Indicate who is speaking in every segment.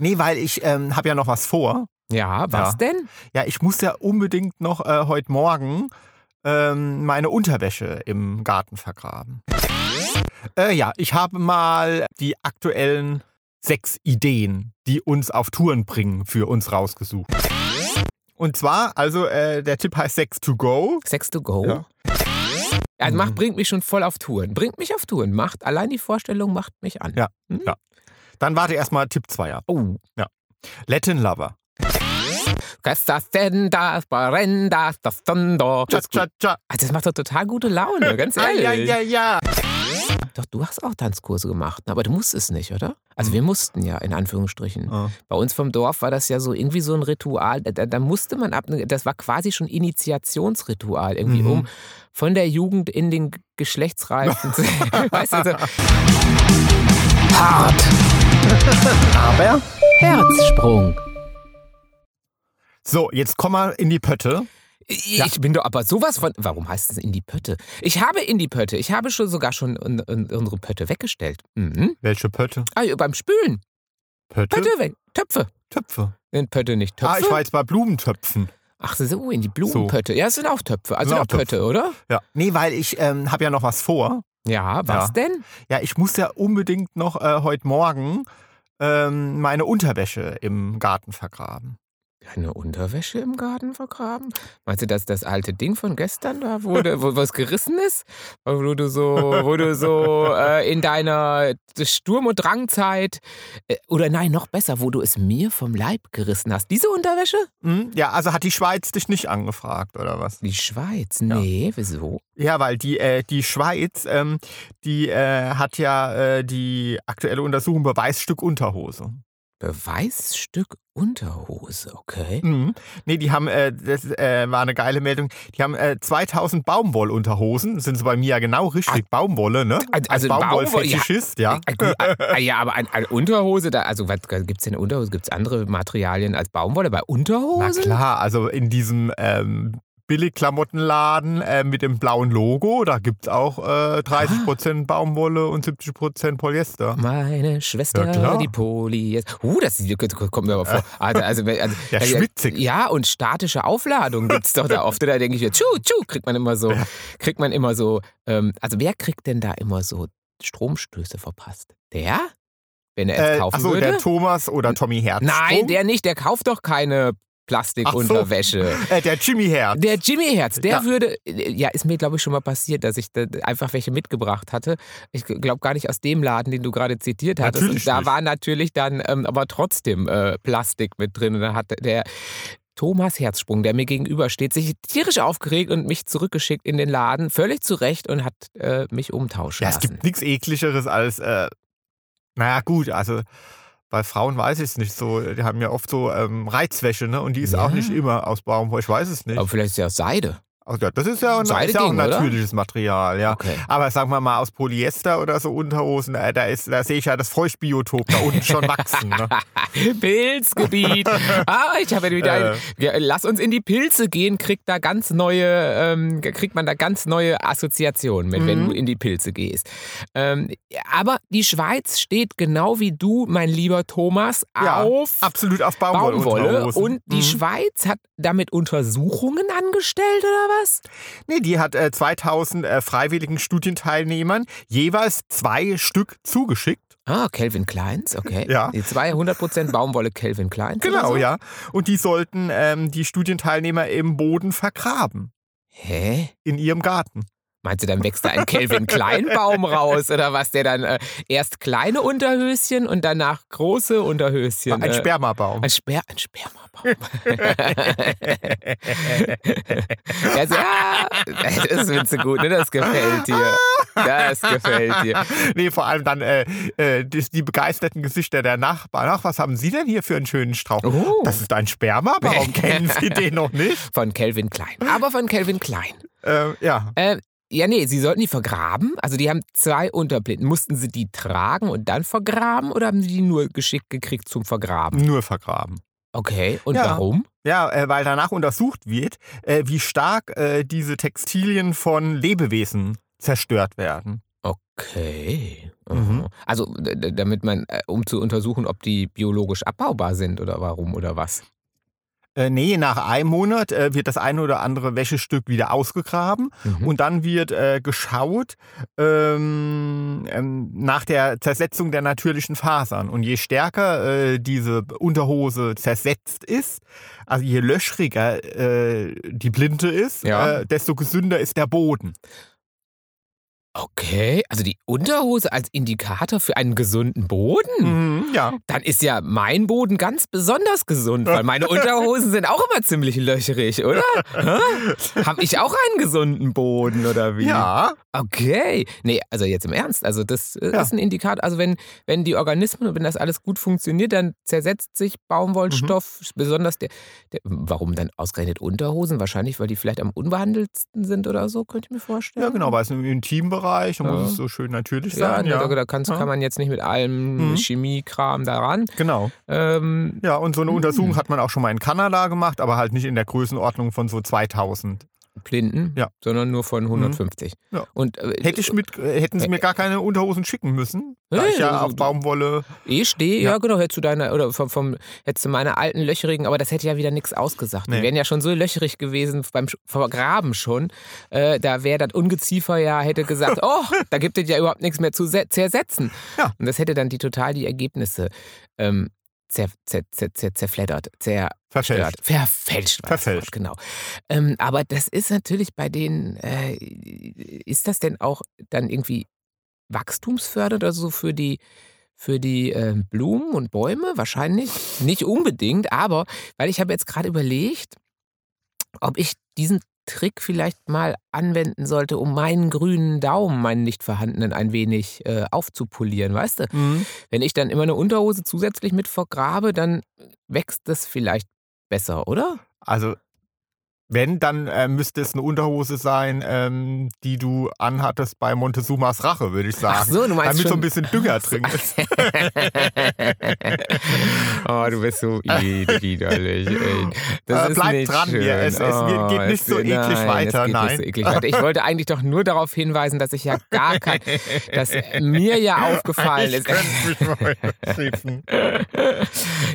Speaker 1: Nee, weil ich ähm, habe ja noch was vor.
Speaker 2: Ja, was
Speaker 1: Ja.
Speaker 2: denn?
Speaker 1: Ja, ich muss ja unbedingt noch äh, heute Morgen ähm, meine Unterwäsche im Garten vergraben. Äh, ja, ich habe mal die aktuellen sechs Ideen, die uns auf Touren bringen, für uns rausgesucht. Und zwar, also äh, der Tipp heißt Sex to Go.
Speaker 2: Sex to go?
Speaker 1: Ja.
Speaker 2: Ja. macht,
Speaker 1: Mhm.
Speaker 2: bringt mich schon voll auf Touren. Bringt mich auf Touren. Macht, allein die Vorstellung macht mich an.
Speaker 1: Ja. Dann warte erstmal Tipp 2 ab.
Speaker 2: Oh,
Speaker 1: Latin Lover.
Speaker 2: Castasendas, Barendas, das Thunder.
Speaker 1: Cha,
Speaker 2: Das,
Speaker 1: cha, cha.
Speaker 2: also das macht doch total gute Laune, ganz
Speaker 1: Ah,
Speaker 2: ehrlich.
Speaker 1: ja, ja, ja.
Speaker 2: Doch, du hast auch Tanzkurse gemacht, aber du musstest nicht, oder? Also wir mussten ja, in Anführungsstrichen.
Speaker 1: Mhm. Ah.
Speaker 2: Bei uns vom Dorf war das ja so irgendwie so ein Ritual. Da, da musste man ab, das war quasi schon Initiationsritual irgendwie,
Speaker 1: Mhm.
Speaker 2: um von der Jugend in den G- Geschlechtsreifen zu. weißt du, so.
Speaker 1: Aber?
Speaker 2: Herzsprung.
Speaker 1: So, jetzt komm mal in die Pötte.
Speaker 2: Ich bin doch aber sowas von. Warum heißt es in die Pötte? Ich habe in die Pötte. Ich habe schon sogar schon un, un, unsere Pötte weggestellt. Mhm.
Speaker 1: Welche Pötte?
Speaker 2: Ah, ja, beim Spülen.
Speaker 1: Pötte?
Speaker 2: Pötte weg. Töpfe.
Speaker 1: Töpfe.
Speaker 2: Sind Pötte nicht Töpfe?
Speaker 1: Ah, ich war jetzt bei Blumentöpfen.
Speaker 2: Ach so, in die Blumenpötte. Ja, es sind auch Töpfe. Also
Speaker 1: Sind
Speaker 2: sind
Speaker 1: auch
Speaker 2: auch Pötte, oder?
Speaker 1: Ja. Nee, weil ich ähm, habe ja noch was vor.
Speaker 2: Ja,
Speaker 1: Ja.
Speaker 2: was denn?
Speaker 1: Ja, ich muss ja unbedingt noch äh, heute Morgen ähm, meine Unterwäsche im Garten vergraben.
Speaker 2: Eine Unterwäsche im Garten vergraben? Meinst du, dass das alte Ding von gestern da wurde, wo was gerissen ist? Wo du so, wo du so äh, in deiner Sturm- und Drangzeit äh, oder nein, noch besser, wo du es mir vom Leib gerissen hast. Diese Unterwäsche?
Speaker 1: Hm? Ja, also hat die Schweiz dich nicht angefragt oder was?
Speaker 2: Die Schweiz. Nee, wieso?
Speaker 1: Ja, weil die, äh, die Schweiz, ähm, die äh, hat ja äh, die aktuelle Untersuchung Beweisstück Unterhose.
Speaker 2: Beweisstück Unterhose, okay.
Speaker 1: Mhm. Nee, die haben, äh, das äh, war eine geile Meldung, die haben äh, 2000 Baumwollunterhosen, sind sie bei mir ja genau richtig, Baumwolle, ne?
Speaker 2: Ah. Also
Speaker 1: Als
Speaker 2: Baumwoll-
Speaker 1: Baumwollfetischist, ja.
Speaker 2: Ah, gut, ah, ah, ja, aber an, an Unterhose, da, also was gibt's denn Unterhose? Gibt's andere Materialien als Baumwolle bei
Speaker 1: Na
Speaker 2: Unterhosen?
Speaker 1: klar, also in diesem ähm, Billigklamottenladen äh, mit dem blauen Logo, da gibt es auch äh, 30% Baumwolle und 70% Polyester.
Speaker 2: Meine Schwester,
Speaker 1: Ja, klar.
Speaker 2: die Poli. ist- Uh, das, das kommt mir aber vor. Also, also, wenn- also,
Speaker 1: Ja, schwitzig.
Speaker 2: Ja, und statische Aufladung gibt es doch da oft. Da denke ich mir, tschu, tschu, kriegt man immer so, kriegt man immer so, ähm, also wer kriegt denn da immer so Stromstöße verpasst? Der? Wenn er es
Speaker 1: Äh,
Speaker 2: kaufen
Speaker 1: achso, der
Speaker 2: würde?
Speaker 1: Thomas oder Tommy Herz. Oh,
Speaker 2: Nein, der nicht, der kauft doch keine Plastikunterwäsche.
Speaker 1: Äh, der Jimmy Herz.
Speaker 2: Der Jimmy Herz, der
Speaker 1: Ja.
Speaker 2: würde, ja, ist mir glaube ich schon mal passiert, dass ich da einfach welche mitgebracht hatte. Ich glaube gar nicht aus dem Laden, den du gerade zitiert hattest.
Speaker 1: Natürlich
Speaker 2: Und da
Speaker 1: nicht.
Speaker 2: war natürlich dann ähm, aber trotzdem äh, Plastik mit drin. Und dann hat der Thomas Herzsprung, der mir gegenübersteht, sich tierisch aufgeregt und mich zurückgeschickt in den Laden, völlig zurecht und hat äh, mich umtauschen
Speaker 1: ja, es
Speaker 2: lassen.
Speaker 1: gibt nichts ekligeres als, äh, naja, gut, also. Bei Frauen weiß ich es nicht so. Die haben ja oft so ähm, Reizwäsche, ne? Und die ist
Speaker 2: Ja.
Speaker 1: auch nicht immer aus Baumwoll. Ich weiß es nicht.
Speaker 2: Aber vielleicht ist ja aus Seide.
Speaker 1: Also, ja, das ist ja, auch ein,
Speaker 2: Seide
Speaker 1: ist ja auch ein
Speaker 2: ging, oder?
Speaker 1: natürliches Material, ja.
Speaker 2: Okay.
Speaker 1: Aber sagen wir mal, aus Polyester oder so Unterhosen, äh, da, ist, da sehe ich ja das Feuchtbiotop da unten schon wachsen. Ne?
Speaker 2: Pilzgebiet. Ah, ich habe
Speaker 1: Äh.
Speaker 2: wieder. Ein, ja, lass uns in die Pilze gehen, kriegt da ganz neue, ähm, kriegt man da ganz neue Assoziationen mit, wenn
Speaker 1: Mhm.
Speaker 2: du in die Pilze gehst. Ähm, aber die Schweiz steht genau wie du, mein lieber Thomas,
Speaker 1: Ja,
Speaker 2: auf
Speaker 1: Absolut auf Baumwolle.
Speaker 2: Baumwolle.
Speaker 1: Unterhosen.
Speaker 2: Und die
Speaker 1: Mhm.
Speaker 2: Schweiz hat damit Untersuchungen angestellt oder was?
Speaker 1: Nee, die hat äh, 2000 äh, freiwilligen Studienteilnehmern jeweils zwei Stück zugeschickt.
Speaker 2: Ah, Calvin Kleins, okay.
Speaker 1: Ja.
Speaker 2: Die 200% Baumwolle Calvin Kleins. oder
Speaker 1: Genau,
Speaker 2: so.
Speaker 1: ja. Und die sollten ähm, die Studienteilnehmer im Boden vergraben.
Speaker 2: Hä?
Speaker 1: In ihrem Garten.
Speaker 2: Meinst du, dann wächst da ein Calvin Kleinbaum raus oder was? Der dann äh, erst kleine Unterhöschen und danach große Unterhöschen.
Speaker 1: Ein
Speaker 2: äh,
Speaker 1: Spermabaum.
Speaker 2: Ein, Sper ein Spermabaum. ja, so, ja, das findest du gut, ne? Das gefällt dir. Das gefällt dir.
Speaker 1: nee, vor allem dann äh, äh, die, die begeisterten Gesichter der Nachbarn. Ach, was haben Sie denn hier für einen schönen Strauch?
Speaker 2: Oh.
Speaker 1: Das ist ein Spermabaum. Kennen Sie den noch nicht?
Speaker 2: Von Calvin Klein. Aber von Calvin Klein.
Speaker 1: Äh, ja.
Speaker 2: Ähm, ja, nee, sie sollten die vergraben. Also die haben zwei Unterblinden. Mussten sie die tragen und dann vergraben oder haben sie die nur geschickt gekriegt zum Vergraben?
Speaker 1: Nur vergraben.
Speaker 2: Okay, und
Speaker 1: Ja.
Speaker 2: warum?
Speaker 1: Ja, äh, weil danach untersucht wird, äh, wie stark äh, diese Textilien von Lebewesen zerstört werden.
Speaker 2: Okay. Aha.
Speaker 1: Mhm.
Speaker 2: Also d- d- damit man, äh, um zu untersuchen, ob die biologisch abbaubar sind oder warum oder was.
Speaker 1: Äh, nee, nach einem Monat äh, wird das eine oder andere Wäschestück wieder ausgegraben
Speaker 2: Mhm.
Speaker 1: und dann wird äh, geschaut ähm, ähm, nach der Zersetzung der natürlichen Fasern. Und je stärker äh, diese Unterhose zersetzt ist, also je löchriger äh, die Plinte ist,
Speaker 2: Ja.
Speaker 1: äh, desto gesünder ist der Boden.
Speaker 2: okay, also die Unterhose als Indikator für einen gesunden Boden?
Speaker 1: Mhm, ja.
Speaker 2: Dann ist ja mein Boden ganz besonders gesund, weil meine Unterhosen sind auch immer ziemlich löcherig, oder? Habe ich auch einen gesunden Boden oder wie?
Speaker 1: Ja.
Speaker 2: Okay. Nee, also jetzt im Ernst. Also das äh,
Speaker 1: Ja.
Speaker 2: ist ein Indikator. Also wenn, wenn die Organismen und wenn das alles gut funktioniert, dann zersetzt sich Baumwollstoff,
Speaker 1: Mhm.
Speaker 2: besonders der, der. Warum dann ausgerechnet Unterhosen? Wahrscheinlich, weil die vielleicht am unbehandeltsten sind oder so, könnte ich mir vorstellen.
Speaker 1: Ja, genau, weil es im Intimbereich da
Speaker 2: Ja.
Speaker 1: muss es so schön natürlich
Speaker 2: Ja,
Speaker 1: sein. Ja,
Speaker 2: Da, da kannst,
Speaker 1: Ja.
Speaker 2: kann man jetzt nicht mit allem
Speaker 1: Mhm.
Speaker 2: Chemiekram daran.
Speaker 1: genau.
Speaker 2: Ähm,
Speaker 1: Ja, und so eine Untersuchung hat man auch schon mal in Kanada gemacht, aber halt nicht in der Größenordnung von so 2000.
Speaker 2: Blinden,
Speaker 1: Ja. Mhm.
Speaker 2: sondern nur von 150.
Speaker 1: Ja.
Speaker 2: Und äh,
Speaker 1: Hätte ich mit, äh, hätten sie mir gar keine Unterhosen schicken müssen, da
Speaker 2: Hey,
Speaker 1: ich ja
Speaker 2: du-
Speaker 1: auf Baumwolle.
Speaker 2: Ich stehe, ja.
Speaker 1: Ja.
Speaker 2: genau, hättest du deine, oder vom, vom, hättest du meine alten löcherigen, aber das hätte ja wieder nichts ausgesagt. Die
Speaker 1: Nee.
Speaker 2: wären ja schon so löcherig gewesen beim Sch- Vergraben schon. Äh, da wäre das Ungeziefer ja, hätte gesagt, oh, da gibt es ja überhaupt nichts mehr zu se- zersetzen.
Speaker 1: Ja.
Speaker 2: Und das hätte dann die total die Ergebnisse ähm, zer, zer, zer, zer, zerfleddert, zer,
Speaker 1: Verfälscht.
Speaker 2: Verstört. Verfälscht. war das
Speaker 1: Verfälscht.
Speaker 2: Wort, Genau. Ähm, aber das ist natürlich bei denen, äh, ist das denn auch dann irgendwie wachstumsfördernd oder so für die, für die ähm, Blumen und Bäume? Wahrscheinlich nicht unbedingt, aber weil ich habe jetzt gerade überlegt, ob ich diesen Trick vielleicht mal anwenden sollte, um meinen grünen Daumen, meinen nicht vorhandenen, ein wenig äh, aufzupolieren, weißt du?
Speaker 1: Mhm.
Speaker 2: Wenn ich dann immer eine Unterhose zusätzlich mit vergrabe, dann wächst das vielleicht besser, oder?
Speaker 1: Also, wenn, dann äh, müsste es eine Unterhose sein, ähm, die du anhattest bei Montezumas Rache, würde ich sagen.
Speaker 2: Ach so, du meinst
Speaker 1: Damit so ein
Speaker 2: schon...
Speaker 1: bisschen Dünger drin ist.
Speaker 2: oh, du bist so widerlich. ey. Das
Speaker 1: Äh,
Speaker 2: ist
Speaker 1: bleibt
Speaker 2: nicht
Speaker 1: dran
Speaker 2: schön.
Speaker 1: hier. Es- es wird- geht
Speaker 2: Oh,
Speaker 1: nicht so eklig
Speaker 2: nein,
Speaker 1: weiter,
Speaker 2: Es geht Nicht
Speaker 1: nein.
Speaker 2: so eklig weiter. Ich wollte eigentlich doch nur darauf hinweisen, dass ich ja gar kein, dass mir ja aufgefallen
Speaker 1: ich
Speaker 2: ist.
Speaker 1: könnte mich mal schießen.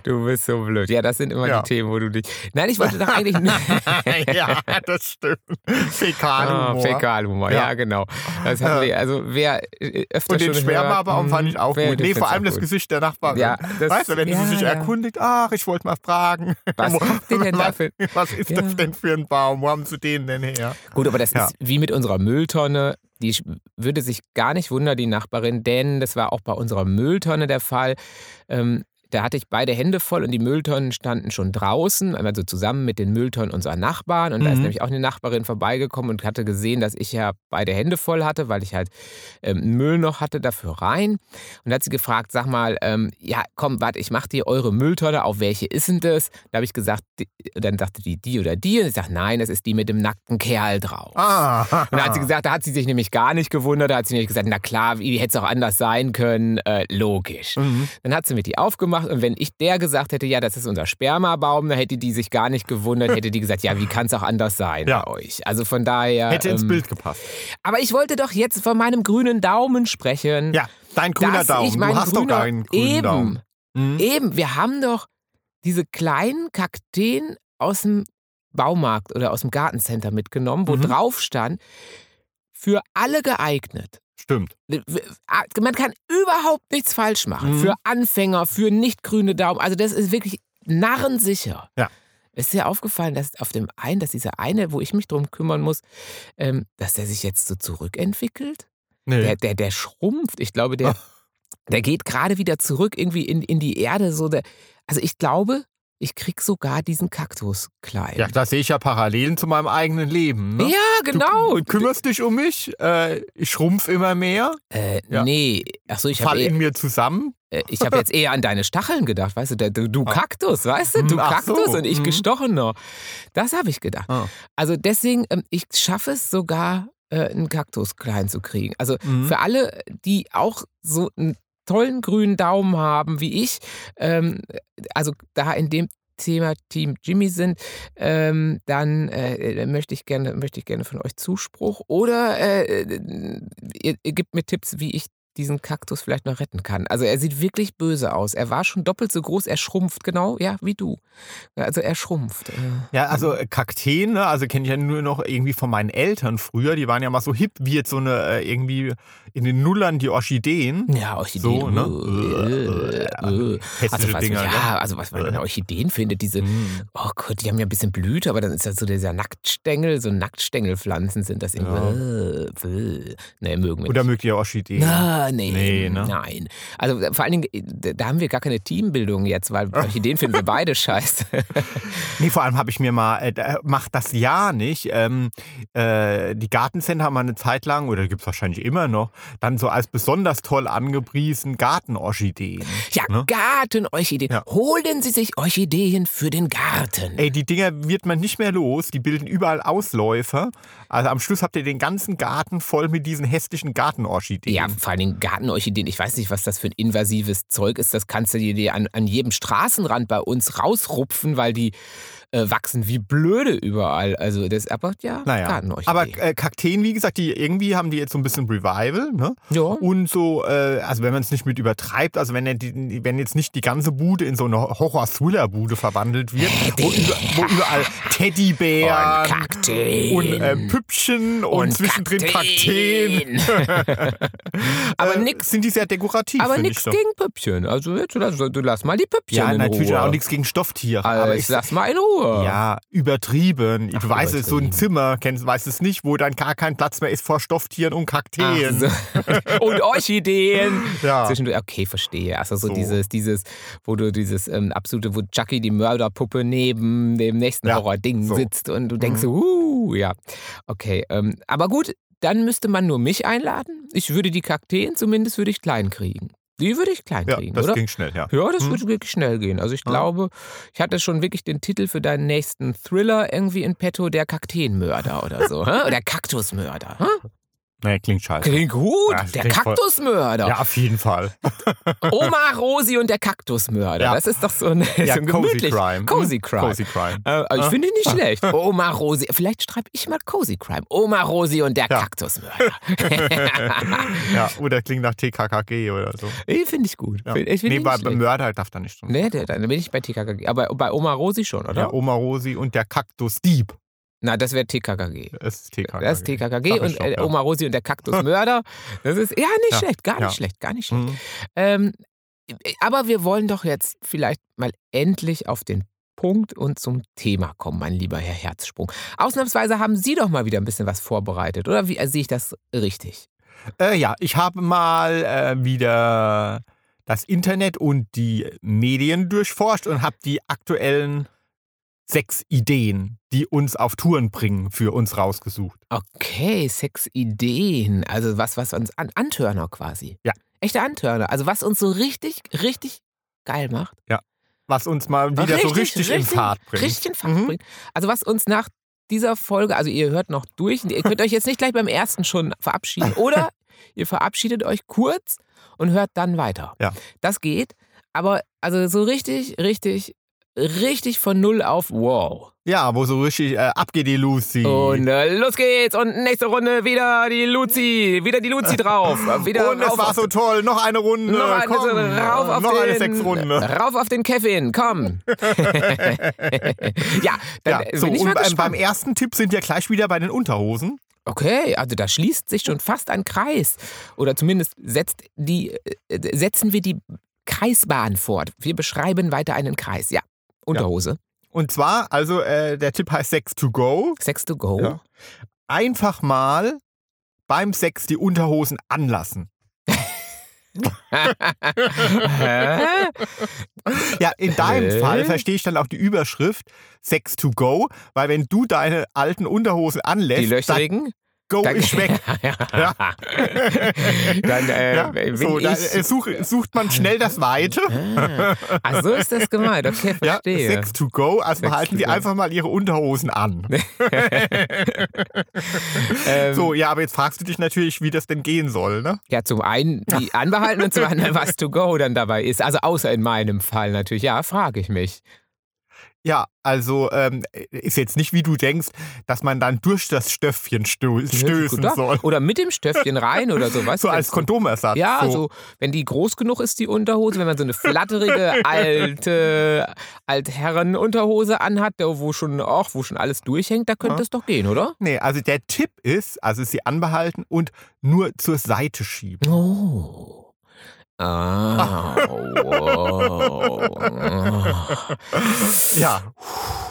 Speaker 2: Du bist so blöd. Ja, das sind immer
Speaker 1: Ja.
Speaker 2: die Themen, wo du dich. Nein, ich wollte doch eigentlich nur.
Speaker 1: ja, das stimmt. Fäkalhumor.
Speaker 2: Ah, Fäkalhumor, ja.
Speaker 1: Ja.
Speaker 2: genau. Das hatten wir, also wer äh, öfter
Speaker 1: Und den
Speaker 2: schon hört,
Speaker 1: Spermabaum fand ich
Speaker 2: hm,
Speaker 1: auch
Speaker 2: wer-
Speaker 1: gut.
Speaker 2: den
Speaker 1: Nee, vor
Speaker 2: find's
Speaker 1: allem
Speaker 2: auch
Speaker 1: das
Speaker 2: gut.
Speaker 1: Gesicht der Nachbarin.
Speaker 2: Ja, das-
Speaker 1: weißt du, wenn
Speaker 2: ja,
Speaker 1: sie sich
Speaker 2: ja.
Speaker 1: erkundigt, ach, ich wollte mal fragen.
Speaker 2: Was habt ihr denn da für...
Speaker 1: Was ist
Speaker 2: Ja.
Speaker 1: das denn für ein Baum? Wo haben sie den denn her?
Speaker 2: Gut, aber das
Speaker 1: Ja.
Speaker 2: ist wie mit unserer Mülltonne. Die sch- würde sich gar nicht wundern, die Nachbarin, denn das war auch bei unserer Mülltonne der Fall. Ähm, da hatte ich beide Hände voll und die Mülltonnen standen schon draußen, also zusammen mit den Mülltonnen unserer Nachbarn. Und da ist
Speaker 1: Mhm.
Speaker 2: nämlich auch eine Nachbarin vorbeigekommen und hatte gesehen, dass ich ja beide Hände voll hatte, weil ich halt ähm, Müll noch hatte dafür rein. Und da hat sie gefragt, sag mal, ähm, ja, komm, warte, ich mach dir eure Mülltonne, auf welche ist denn das? Da habe ich gesagt, die, dann sagte die, die oder die. Und ich sage, nein, das ist die mit dem nackten Kerl drauf.
Speaker 1: Ah.
Speaker 2: Und da hat sie gesagt, da hat sie sich nämlich gar nicht gewundert, da hat sie nämlich gesagt, na klar, wie hätte es auch anders sein können, äh, logisch.
Speaker 1: Mhm.
Speaker 2: Dann hat sie mir die aufgemacht und wenn ich der gesagt hätte, ja, das ist unser Spermabaum, dann hätte die sich gar nicht gewundert, hätte die gesagt, ja, wie kann es auch anders sein
Speaker 1: Ja.
Speaker 2: bei euch? Also von daher.
Speaker 1: Hätte ins
Speaker 2: ähm,
Speaker 1: Bild gepasst.
Speaker 2: Aber ich wollte doch jetzt von meinem grünen Daumen sprechen.
Speaker 1: Ja, dein grüner
Speaker 2: dass
Speaker 1: Daumen.
Speaker 2: Hm. Ich meinen
Speaker 1: du hast
Speaker 2: grüner,
Speaker 1: doch keinen grünen
Speaker 2: eben,
Speaker 1: Daumen. Mhm.
Speaker 2: Eben, wir haben doch diese kleinen Kakteen aus dem Baumarkt oder aus dem Gartencenter mitgenommen, wo
Speaker 1: Mhm.
Speaker 2: drauf stand, für alle geeignet. Äh,
Speaker 1: Stimmt.
Speaker 2: Man kann überhaupt nichts falsch machen.
Speaker 1: Mhm.
Speaker 2: Für Anfänger, für nicht grüne Daumen. Also das ist wirklich narrensicher.
Speaker 1: Ja.
Speaker 2: Ist dir aufgefallen, dass auf dem einen, dass dieser eine, wo ich mich drum kümmern muss, ähm, dass der sich jetzt so zurückentwickelt?
Speaker 1: Nee.
Speaker 2: Der, der, der schrumpft. Ich glaube, der, der geht gerade wieder zurück irgendwie in, in die Erde. So der, also ich glaube, ich krieg sogar diesen Kaktus klein.
Speaker 1: ja, das sehe ich ja Parallelen zu meinem eigenen Leben. Ne?
Speaker 2: Ja, genau.
Speaker 1: Du kümmerst dich um mich, äh, ich schrumpf immer mehr,
Speaker 2: äh,
Speaker 1: ja.
Speaker 2: Nee, achso, ich habe
Speaker 1: fall
Speaker 2: eh,
Speaker 1: in mir zusammen.
Speaker 2: äh, ich hab jetzt eher an deine Stacheln gedacht, weißt du, der- du, du
Speaker 1: Ah.
Speaker 2: Kaktus, weißt du, du
Speaker 1: Hm, ach so,
Speaker 2: Kaktus und ich
Speaker 1: hm.
Speaker 2: gestochener. Das habe ich gedacht.
Speaker 1: Ah.
Speaker 2: Also deswegen, ähm, ich schaffe es sogar, äh, einen Kaktus klein zu kriegen. Also
Speaker 1: Mhm.
Speaker 2: Für alle, die auch so einen tollen grünen Daumen haben wie ich, ähm, also da in dem Thema Team Jimmy sind, ähm, dann äh, möchte, ich gerne, möchte ich gerne von euch Zuspruch. Oder äh, ihr, ihr gebt mir Tipps, wie ich diesen Kaktus vielleicht noch retten kann. Also er sieht wirklich böse aus. Er war schon doppelt so groß, er schrumpft, genau, ja, wie du. Also er schrumpft. äh.
Speaker 1: Ja, also äh, Kakteen, ne, also kenne ich ja nur noch irgendwie von meinen Eltern früher. Die waren ja mal so hip wie jetzt so eine, äh, irgendwie in den Nullern die Orchideen.
Speaker 2: Ja, Orchideen.
Speaker 1: So, ne?
Speaker 2: äh, äh, äh. Also
Speaker 1: Hässliche
Speaker 2: was,
Speaker 1: Dinger,
Speaker 2: ja,
Speaker 1: ne? Hm.
Speaker 2: also was man an Orchideen findet, diese, oh Gott, die haben ja ein bisschen Blüte, aber dann ist das so dieser Nacktstängel, so Nacktstängelpflanzen sind das irgendwie. Äh, äh. Nee, mögen wir
Speaker 1: Oder
Speaker 2: nicht.
Speaker 1: mögt ihr Orchideen?
Speaker 2: Na, nee,
Speaker 1: Nee, ne?
Speaker 2: nein. Also äh, vor allen Dingen, äh, da haben wir gar keine Teambildung jetzt, weil Orchideen finden wir beide scheiße.
Speaker 1: Ne? Nee, vor allem habe ich mir mal, äh, da- macht das ja nicht. Ähm, äh, die Gartencenter haben mal eine Zeit lang, oder gibt es wahrscheinlich immer noch, dann so als besonders toll angepriesen Gartenorchideen.
Speaker 2: Ja,
Speaker 1: Ne?
Speaker 2: Gartenorchideen.
Speaker 1: Ja.
Speaker 2: Holen Sie sich Orchideen für den Garten.
Speaker 1: Ey, die Dinger wird man nicht mehr los, die bilden überall Ausläufer. Also am Schluss habt ihr den ganzen Garten voll mit diesen hässlichen Gartenorchideen.
Speaker 2: Ja, vor allen Dingen Gartenorchideen. Ich weiß nicht, was das für ein invasives Zeug ist. Das kannst du dir- dir an, an jedem Straßenrand bei uns rausrupfen, weil die äh, wachsen wie blöde überall. Also das aber ja,
Speaker 1: Naja,
Speaker 2: Gartenorchideen.
Speaker 1: aber äh, Kakteen, wie gesagt, die irgendwie haben die jetzt so ein bisschen Revival, ne?
Speaker 2: ja.
Speaker 1: Und so, äh, also wenn man es nicht mit übertreibt, also wenn, er die, wenn jetzt nicht die ganze Bude in so eine Horror-Thriller-Bude verwandelt wird, wo, über, wo überall
Speaker 2: und
Speaker 1: Teddybären
Speaker 2: Kakteen.
Speaker 1: und, äh, Püppchen und,
Speaker 2: Und
Speaker 1: zwischendrin Kakteen.
Speaker 2: aber
Speaker 1: äh,
Speaker 2: nix,
Speaker 1: Sind die sehr dekorativ,
Speaker 2: aber
Speaker 1: finde
Speaker 2: nix
Speaker 1: ich doch.
Speaker 2: gegen Püppchen. Also jetzt, du, lass, du lass mal die Püppchen
Speaker 1: Ja,
Speaker 2: in
Speaker 1: natürlich
Speaker 2: Ruhe.
Speaker 1: auch nichts gegen Stofftiere.
Speaker 2: Also,
Speaker 1: aber
Speaker 2: ich
Speaker 1: ich,
Speaker 2: lass mal in Ruhe.
Speaker 1: ja, übertrieben.
Speaker 2: Ach,
Speaker 1: du weißt es, so ein
Speaker 2: übertrieben.
Speaker 1: Zimmer, kennst, weißt es nicht, wo dann gar kein Platz mehr ist vor Stofftieren und Kakteen.
Speaker 2: Ach so. Und Orchideen.
Speaker 1: Ja.
Speaker 2: Zwischendurch, okay, verstehe. Also so,
Speaker 1: So.
Speaker 2: dieses, dieses, wo du dieses ähm, absolute, wo Chucky die Mörderpuppe neben dem nächsten
Speaker 1: Ja,
Speaker 2: Horror-Ding
Speaker 1: so. Mhm.
Speaker 2: sitzt und du denkst, so, uh, ja. Okay, ähm, aber gut, dann müsste man nur mich einladen. Ich würde die Kakteen zumindest würde ich klein kriegen. Die würde ich klein
Speaker 1: Ja,
Speaker 2: kriegen,
Speaker 1: das
Speaker 2: oder?
Speaker 1: ging Mhm. schnell, ja.
Speaker 2: Ja, das würde wirklich schnell gehen. Also ich glaube, ich hatte schon wirklich den Titel für deinen nächsten Thriller irgendwie in petto, der Kakteenmörder oder so. hä? Oder Kaktusmörder. hä?
Speaker 1: Nee, klingt scheiße.
Speaker 2: Klingt gut.
Speaker 1: Ja,
Speaker 2: der
Speaker 1: klingt voll-
Speaker 2: Kaktusmörder.
Speaker 1: Ja, auf jeden Fall.
Speaker 2: Oma Rosi und der Kaktusmörder.
Speaker 1: Ja. Mhm. Hm?
Speaker 2: Das ist doch so ein, so ein gemütlich. Cozy
Speaker 1: Cozy
Speaker 2: Crime.
Speaker 1: Ah. Crime.
Speaker 2: Äh, aber ich finde ihn nicht schlecht. Oma Rosi. Vielleicht schreibe ich mal Cozy Crime. Oma Rosi und der
Speaker 1: Ja.
Speaker 2: Kaktusmörder.
Speaker 1: Ja, oder klingt nach TKKG oder so.
Speaker 2: Äh, finde ich gut.
Speaker 1: Ja.
Speaker 2: Find, ich finde
Speaker 1: nee,
Speaker 2: ihn
Speaker 1: bei
Speaker 2: nicht
Speaker 1: beim
Speaker 2: schlecht.
Speaker 1: Mörder darf da nicht drin.
Speaker 2: Nee, der, dann bin ich bei TKKG. Aber bei Oma Rosi schon, oder?
Speaker 1: Ja, Oma Rosi und der Kaktusdieb.
Speaker 2: Na, das wäre TKKG.
Speaker 1: Es ist TKKG.
Speaker 2: Das ist TKKG
Speaker 1: Sag ich
Speaker 2: und
Speaker 1: doch,
Speaker 2: äh,
Speaker 1: ja.
Speaker 2: Oma Rosi und der Kaktusmörder. Das ist ja nicht
Speaker 1: Ja.
Speaker 2: schlecht, gar nicht
Speaker 1: Ja.
Speaker 2: schlecht, gar nicht schlecht.
Speaker 1: Mhm.
Speaker 2: Ähm, aber wir wollen doch jetzt vielleicht mal endlich auf den Punkt und zum Thema kommen, mein lieber Herr Herzsprung. Ausnahmsweise haben Sie doch mal wieder ein bisschen was vorbereitet, oder? Wie äh, sehe ich das richtig?
Speaker 1: Äh, ja, ich habe mal äh, wieder das Internet und die Medien durchforscht und habe die aktuellen sechs Ideen, die uns auf Touren bringen, für uns rausgesucht.
Speaker 2: Okay, Sexideen. Also was, was uns an Antörner quasi.
Speaker 1: Ja.
Speaker 2: Echte Antörner. Also was uns so richtig, richtig geil macht.
Speaker 1: Was uns mal wieder so richtig, in Fahrt bringt.
Speaker 2: Richtig in Fahrt
Speaker 1: Mhm.
Speaker 2: bringt. Also was uns nach dieser Folge, also ihr hört noch durch, ihr könnt euch jetzt nicht gleich beim ersten schon verabschieden. Oder ihr verabschiedet euch kurz und hört dann weiter.
Speaker 1: Ja.
Speaker 2: Das geht. Aber also so richtig, richtig, richtig von null auf wow.
Speaker 1: Ja, wo so richtig äh, abgeht die Lucy.
Speaker 2: Und äh, los geht's. Und nächste Runde wieder die Luzi. Wieder die Luzi drauf. Wieder
Speaker 1: Und es
Speaker 2: rauf
Speaker 1: war
Speaker 2: auf-
Speaker 1: so toll. Noch eine Runde.
Speaker 2: Noch eine,
Speaker 1: Komm,
Speaker 2: rauf auf
Speaker 1: noch
Speaker 2: den,
Speaker 1: eine Sechsrunde.
Speaker 2: Rauf auf den Kevin, komm.
Speaker 1: Ja,
Speaker 2: ja, dann
Speaker 1: so,
Speaker 2: bin ich mal
Speaker 1: und beim, beim
Speaker 2: gespannt.
Speaker 1: ersten Tipp sind wir gleich wieder bei den Unterhosen.
Speaker 2: Okay, also da schließt sich schon fast ein Kreis. Oder zumindest setzt die, äh, setzen wir die Kreisbahn fort. Wir beschreiben weiter einen Kreis. Ja, Unterhose.
Speaker 1: Und zwar, also äh, der Tipp heißt Sex to go.
Speaker 2: Sex to go.
Speaker 1: Ja. Einfach mal beim Sex die Unterhosen anlassen.
Speaker 2: Hä?
Speaker 1: Ja, in deinem
Speaker 2: Hä?
Speaker 1: Fall verstehe ich dann auch die Überschrift Sex to go, weil wenn du deine alten Unterhosen
Speaker 2: die
Speaker 1: anlässt, dann
Speaker 2: löchrigen.
Speaker 1: go
Speaker 2: Dann-
Speaker 1: ich weg.
Speaker 2: ja. Dann äh,
Speaker 1: Ja,
Speaker 2: bin
Speaker 1: so,
Speaker 2: ich
Speaker 1: da, äh, such, sucht man schnell das Weite.
Speaker 2: Ah, ach, so ist das gemeint. Okay,
Speaker 1: Ja,
Speaker 2: verstehe.
Speaker 1: Sex to go, also
Speaker 2: Sex
Speaker 1: behalten
Speaker 2: to
Speaker 1: die
Speaker 2: go.
Speaker 1: einfach mal ihre Unterhosen an.
Speaker 2: ähm,
Speaker 1: So, ja, aber jetzt fragst du dich natürlich, wie das denn gehen soll, ne?
Speaker 2: Ja, zum einen die anbehalten und zum anderen, was to go dann dabei ist. Also außer in meinem Fall natürlich. Ja, frage ich mich.
Speaker 1: Ja, also ähm, ist jetzt nicht, wie du denkst, dass man dann durch das Stöpfchen stö stößen
Speaker 2: Ne, Gut,
Speaker 1: soll.
Speaker 2: Oder mit dem Stöpfchen rein oder so, weißt
Speaker 1: So
Speaker 2: du?
Speaker 1: als
Speaker 2: ganz-
Speaker 1: Kondomersatz.
Speaker 2: Ja, also
Speaker 1: so.
Speaker 2: so, wenn die groß genug ist, die Unterhose, wenn man so eine flatterige alte Altherrenunterhose anhat, da wo schon, auch, wo schon alles durchhängt, da könnte
Speaker 1: Ja.
Speaker 2: es doch gehen, oder?
Speaker 1: Nee, also der Tipp ist, also sie anbehalten und nur zur Seite schieben.
Speaker 2: Oh. Ah, wow.
Speaker 1: Ja.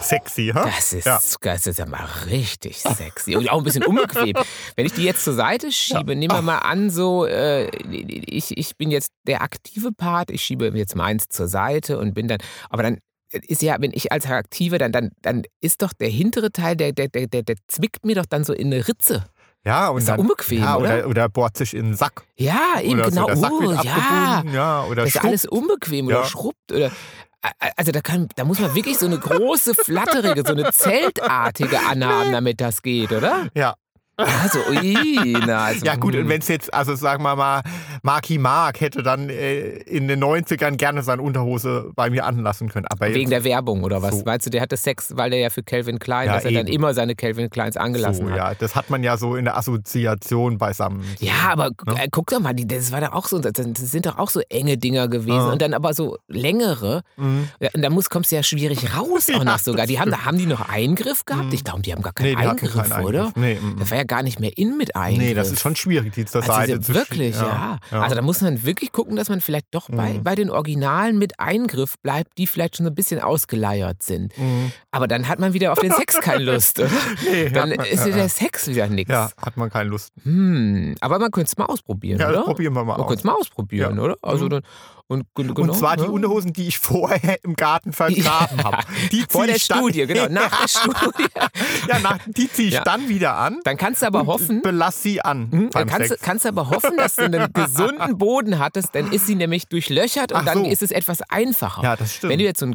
Speaker 1: Sexy, ha?
Speaker 2: Das ist,
Speaker 1: Ja.
Speaker 2: das ist ja mal richtig sexy und auch ein bisschen unbequem. Wenn ich die jetzt zur Seite schiebe, nehmen wir mal an, so äh, ich, ich bin jetzt der aktive Part, ich schiebe jetzt meins zur Seite und bin dann, aber dann ist ja, wenn ich als aktive, dann, dann, dann ist doch der hintere Teil, der, der, der, der, der zwickt mir doch dann so in eine Ritze.
Speaker 1: Ja, und
Speaker 2: Ist doch
Speaker 1: dann.
Speaker 2: unbequem,
Speaker 1: ja,
Speaker 2: oder?
Speaker 1: oder, bohrt sich in den Sack.
Speaker 2: Ja, eben
Speaker 1: oder
Speaker 2: genau.
Speaker 1: so. Der Sack
Speaker 2: oh,
Speaker 1: wird
Speaker 2: ja.
Speaker 1: abgebunden, ja. Oder
Speaker 2: Das ist
Speaker 1: Schrupp.
Speaker 2: alles unbequem
Speaker 1: Ja.
Speaker 2: oder schrubbt oder. Also da, kann, da muss man wirklich so eine große, flatterige, so eine zeltartige anhaben, damit das geht, oder?
Speaker 1: Ja.
Speaker 2: Also, ui, na, also,
Speaker 1: Ja gut, und
Speaker 2: hm.
Speaker 1: wenn es jetzt, also sagen wir mal, Marky Mark hätte dann äh, in den 90ern gerne seine Unterhose bei mir anlassen können. Aber
Speaker 2: Wegen
Speaker 1: jetzt,
Speaker 2: der Werbung oder was?
Speaker 1: So.
Speaker 2: Meinst du, der hatte Sex, weil der ja für Calvin Klein,
Speaker 1: Ja,
Speaker 2: dass er dann
Speaker 1: eben.
Speaker 2: immer seine Calvin Kleins angelassen
Speaker 1: so,
Speaker 2: hat.
Speaker 1: ja, das hat man ja so in der Assoziation beisammen.
Speaker 2: Ja, aber gu-
Speaker 1: Ne?
Speaker 2: äh, guck doch mal, die, das war doch auch so, das das sind doch auch so enge Dinger gewesen
Speaker 1: Ja.
Speaker 2: und dann aber so längere.
Speaker 1: Mhm.
Speaker 2: Ja, Und da muss, kommst du ja schwierig raus auch
Speaker 1: Ja,
Speaker 2: noch sogar.
Speaker 1: das
Speaker 2: Die haben, haben die noch Eingriff gehabt?
Speaker 1: Mhm.
Speaker 2: Ich glaube, die haben gar
Speaker 1: Nee,
Speaker 2: keinen
Speaker 1: die hatten
Speaker 2: Eingriff,
Speaker 1: keinen Eingriff.
Speaker 2: oder?
Speaker 1: Nee, mhm.
Speaker 2: Das war ja gar nicht mehr in mit Eingriff.
Speaker 1: nee, das ist schon schwierig, die zur
Speaker 2: also
Speaker 1: Seite
Speaker 2: diese-
Speaker 1: zu
Speaker 2: Wirklich,
Speaker 1: schieben.
Speaker 2: ja.
Speaker 1: ja.
Speaker 2: Also da muss man wirklich gucken, dass man vielleicht doch bei,
Speaker 1: Mhm.
Speaker 2: bei den Originalen mit Eingriff bleibt, die vielleicht schon so ein bisschen ausgeleiert sind.
Speaker 1: Mhm.
Speaker 2: Aber dann hat man wieder auf den Sex keine Lust. Oder?
Speaker 1: Nee,
Speaker 2: Dann
Speaker 1: hat man-
Speaker 2: ist
Speaker 1: ja,
Speaker 2: ja
Speaker 1: ja.
Speaker 2: der Sex wieder nichts.
Speaker 1: ja, hat man keine Lust.
Speaker 2: Hm. Aber man könnte es mal ausprobieren,
Speaker 1: Ja,
Speaker 2: oder?
Speaker 1: das probieren wir mal
Speaker 2: man
Speaker 1: aus.
Speaker 2: könnte es mal ausprobieren,
Speaker 1: Ja.
Speaker 2: oder? Also
Speaker 1: Mhm.
Speaker 2: dann, und, ge- genau,
Speaker 1: Und zwar die
Speaker 2: ja.
Speaker 1: Unterhosen, die ich vorher im Garten vergraben habe. Die zieh
Speaker 2: Vor der
Speaker 1: ich dann,
Speaker 2: Studie, genau, nach der Studie.
Speaker 1: Ja, nach, die ziehe ich
Speaker 2: Ja.
Speaker 1: dann wieder an.
Speaker 2: Dann kannst du aber
Speaker 1: und
Speaker 2: hoffen,
Speaker 1: Belass sie an.
Speaker 2: Hm, Dann
Speaker 1: beim
Speaker 2: kannst, du-
Speaker 1: Sex.
Speaker 2: kannst du aber hoffen, dass du einen gesunden Boden hattest, dann ist sie nämlich durchlöchert und
Speaker 1: Ach
Speaker 2: dann
Speaker 1: so.
Speaker 2: ist es etwas einfacher.
Speaker 1: ja, das stimmt.
Speaker 2: Wenn du jetzt so einen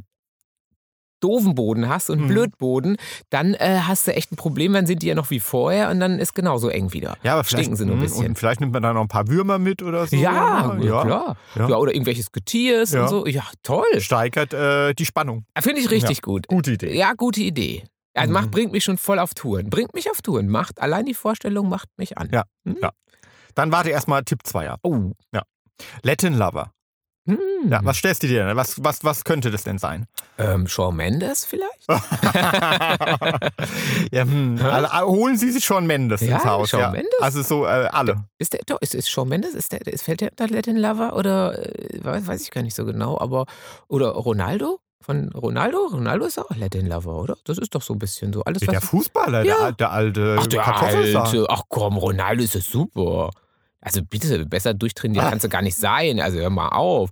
Speaker 2: doofen Boden hast und einen
Speaker 1: Mhm.
Speaker 2: Blödboden, dann äh, hast du echt ein Problem, dann sind die ja noch wie vorher und dann ist genauso eng wieder.
Speaker 1: Ja, aber
Speaker 2: Stinken sie nur ein
Speaker 1: mh,
Speaker 2: bisschen.
Speaker 1: Und vielleicht nimmt man da noch ein paar Würmer mit oder so. genau,
Speaker 2: ja,
Speaker 1: ja.
Speaker 2: klar. Ja.
Speaker 1: Ja.
Speaker 2: oder irgendwelches Getiers
Speaker 1: Ja.
Speaker 2: und so. Ja, toll.
Speaker 1: Steigert äh, die Spannung.
Speaker 2: Finde ich richtig gut.
Speaker 1: Gute Idee.
Speaker 2: Ja, gute Idee. Also macht,
Speaker 1: Mhm.
Speaker 2: bringt mich schon voll auf Touren. Bringt mich auf Touren. Macht allein die Vorstellung macht mich an.
Speaker 1: Ja. Dann warte erstmal Tipp 2 ab.
Speaker 2: Oh.
Speaker 1: Latin Lover.
Speaker 2: Hm.
Speaker 1: Ja, was stellst du dir denn? Was, was, was könnte das denn sein?
Speaker 2: Ähm, Shawn Mendes vielleicht?
Speaker 1: ja, hm, alle, holen Sie sich schon Mendes
Speaker 2: Ja,
Speaker 1: ins Haus.
Speaker 2: Shawn
Speaker 1: ja.
Speaker 2: Mendes.
Speaker 1: Also so äh, alle.
Speaker 2: Ist der, doch, ist, ist Shawn Mendes, ist der, ist, fällt der unter Latin Lover oder äh, weiß, weiß ich gar nicht so genau, aber oder Ronaldo? Von Ronaldo? Ronaldo ist auch Latin Lover, oder? Das ist doch so ein bisschen so alles,
Speaker 1: Der
Speaker 2: was.
Speaker 1: Fußballer,
Speaker 2: Ja.
Speaker 1: der, al- der alte
Speaker 2: Ach, der
Speaker 1: Kartoffelsack.
Speaker 2: alte. Ach komm, Ronaldo ist ja super. Also bitte, besser durchtrainiert
Speaker 1: Ah.
Speaker 2: kannst du gar nicht sein. Also hör mal auf.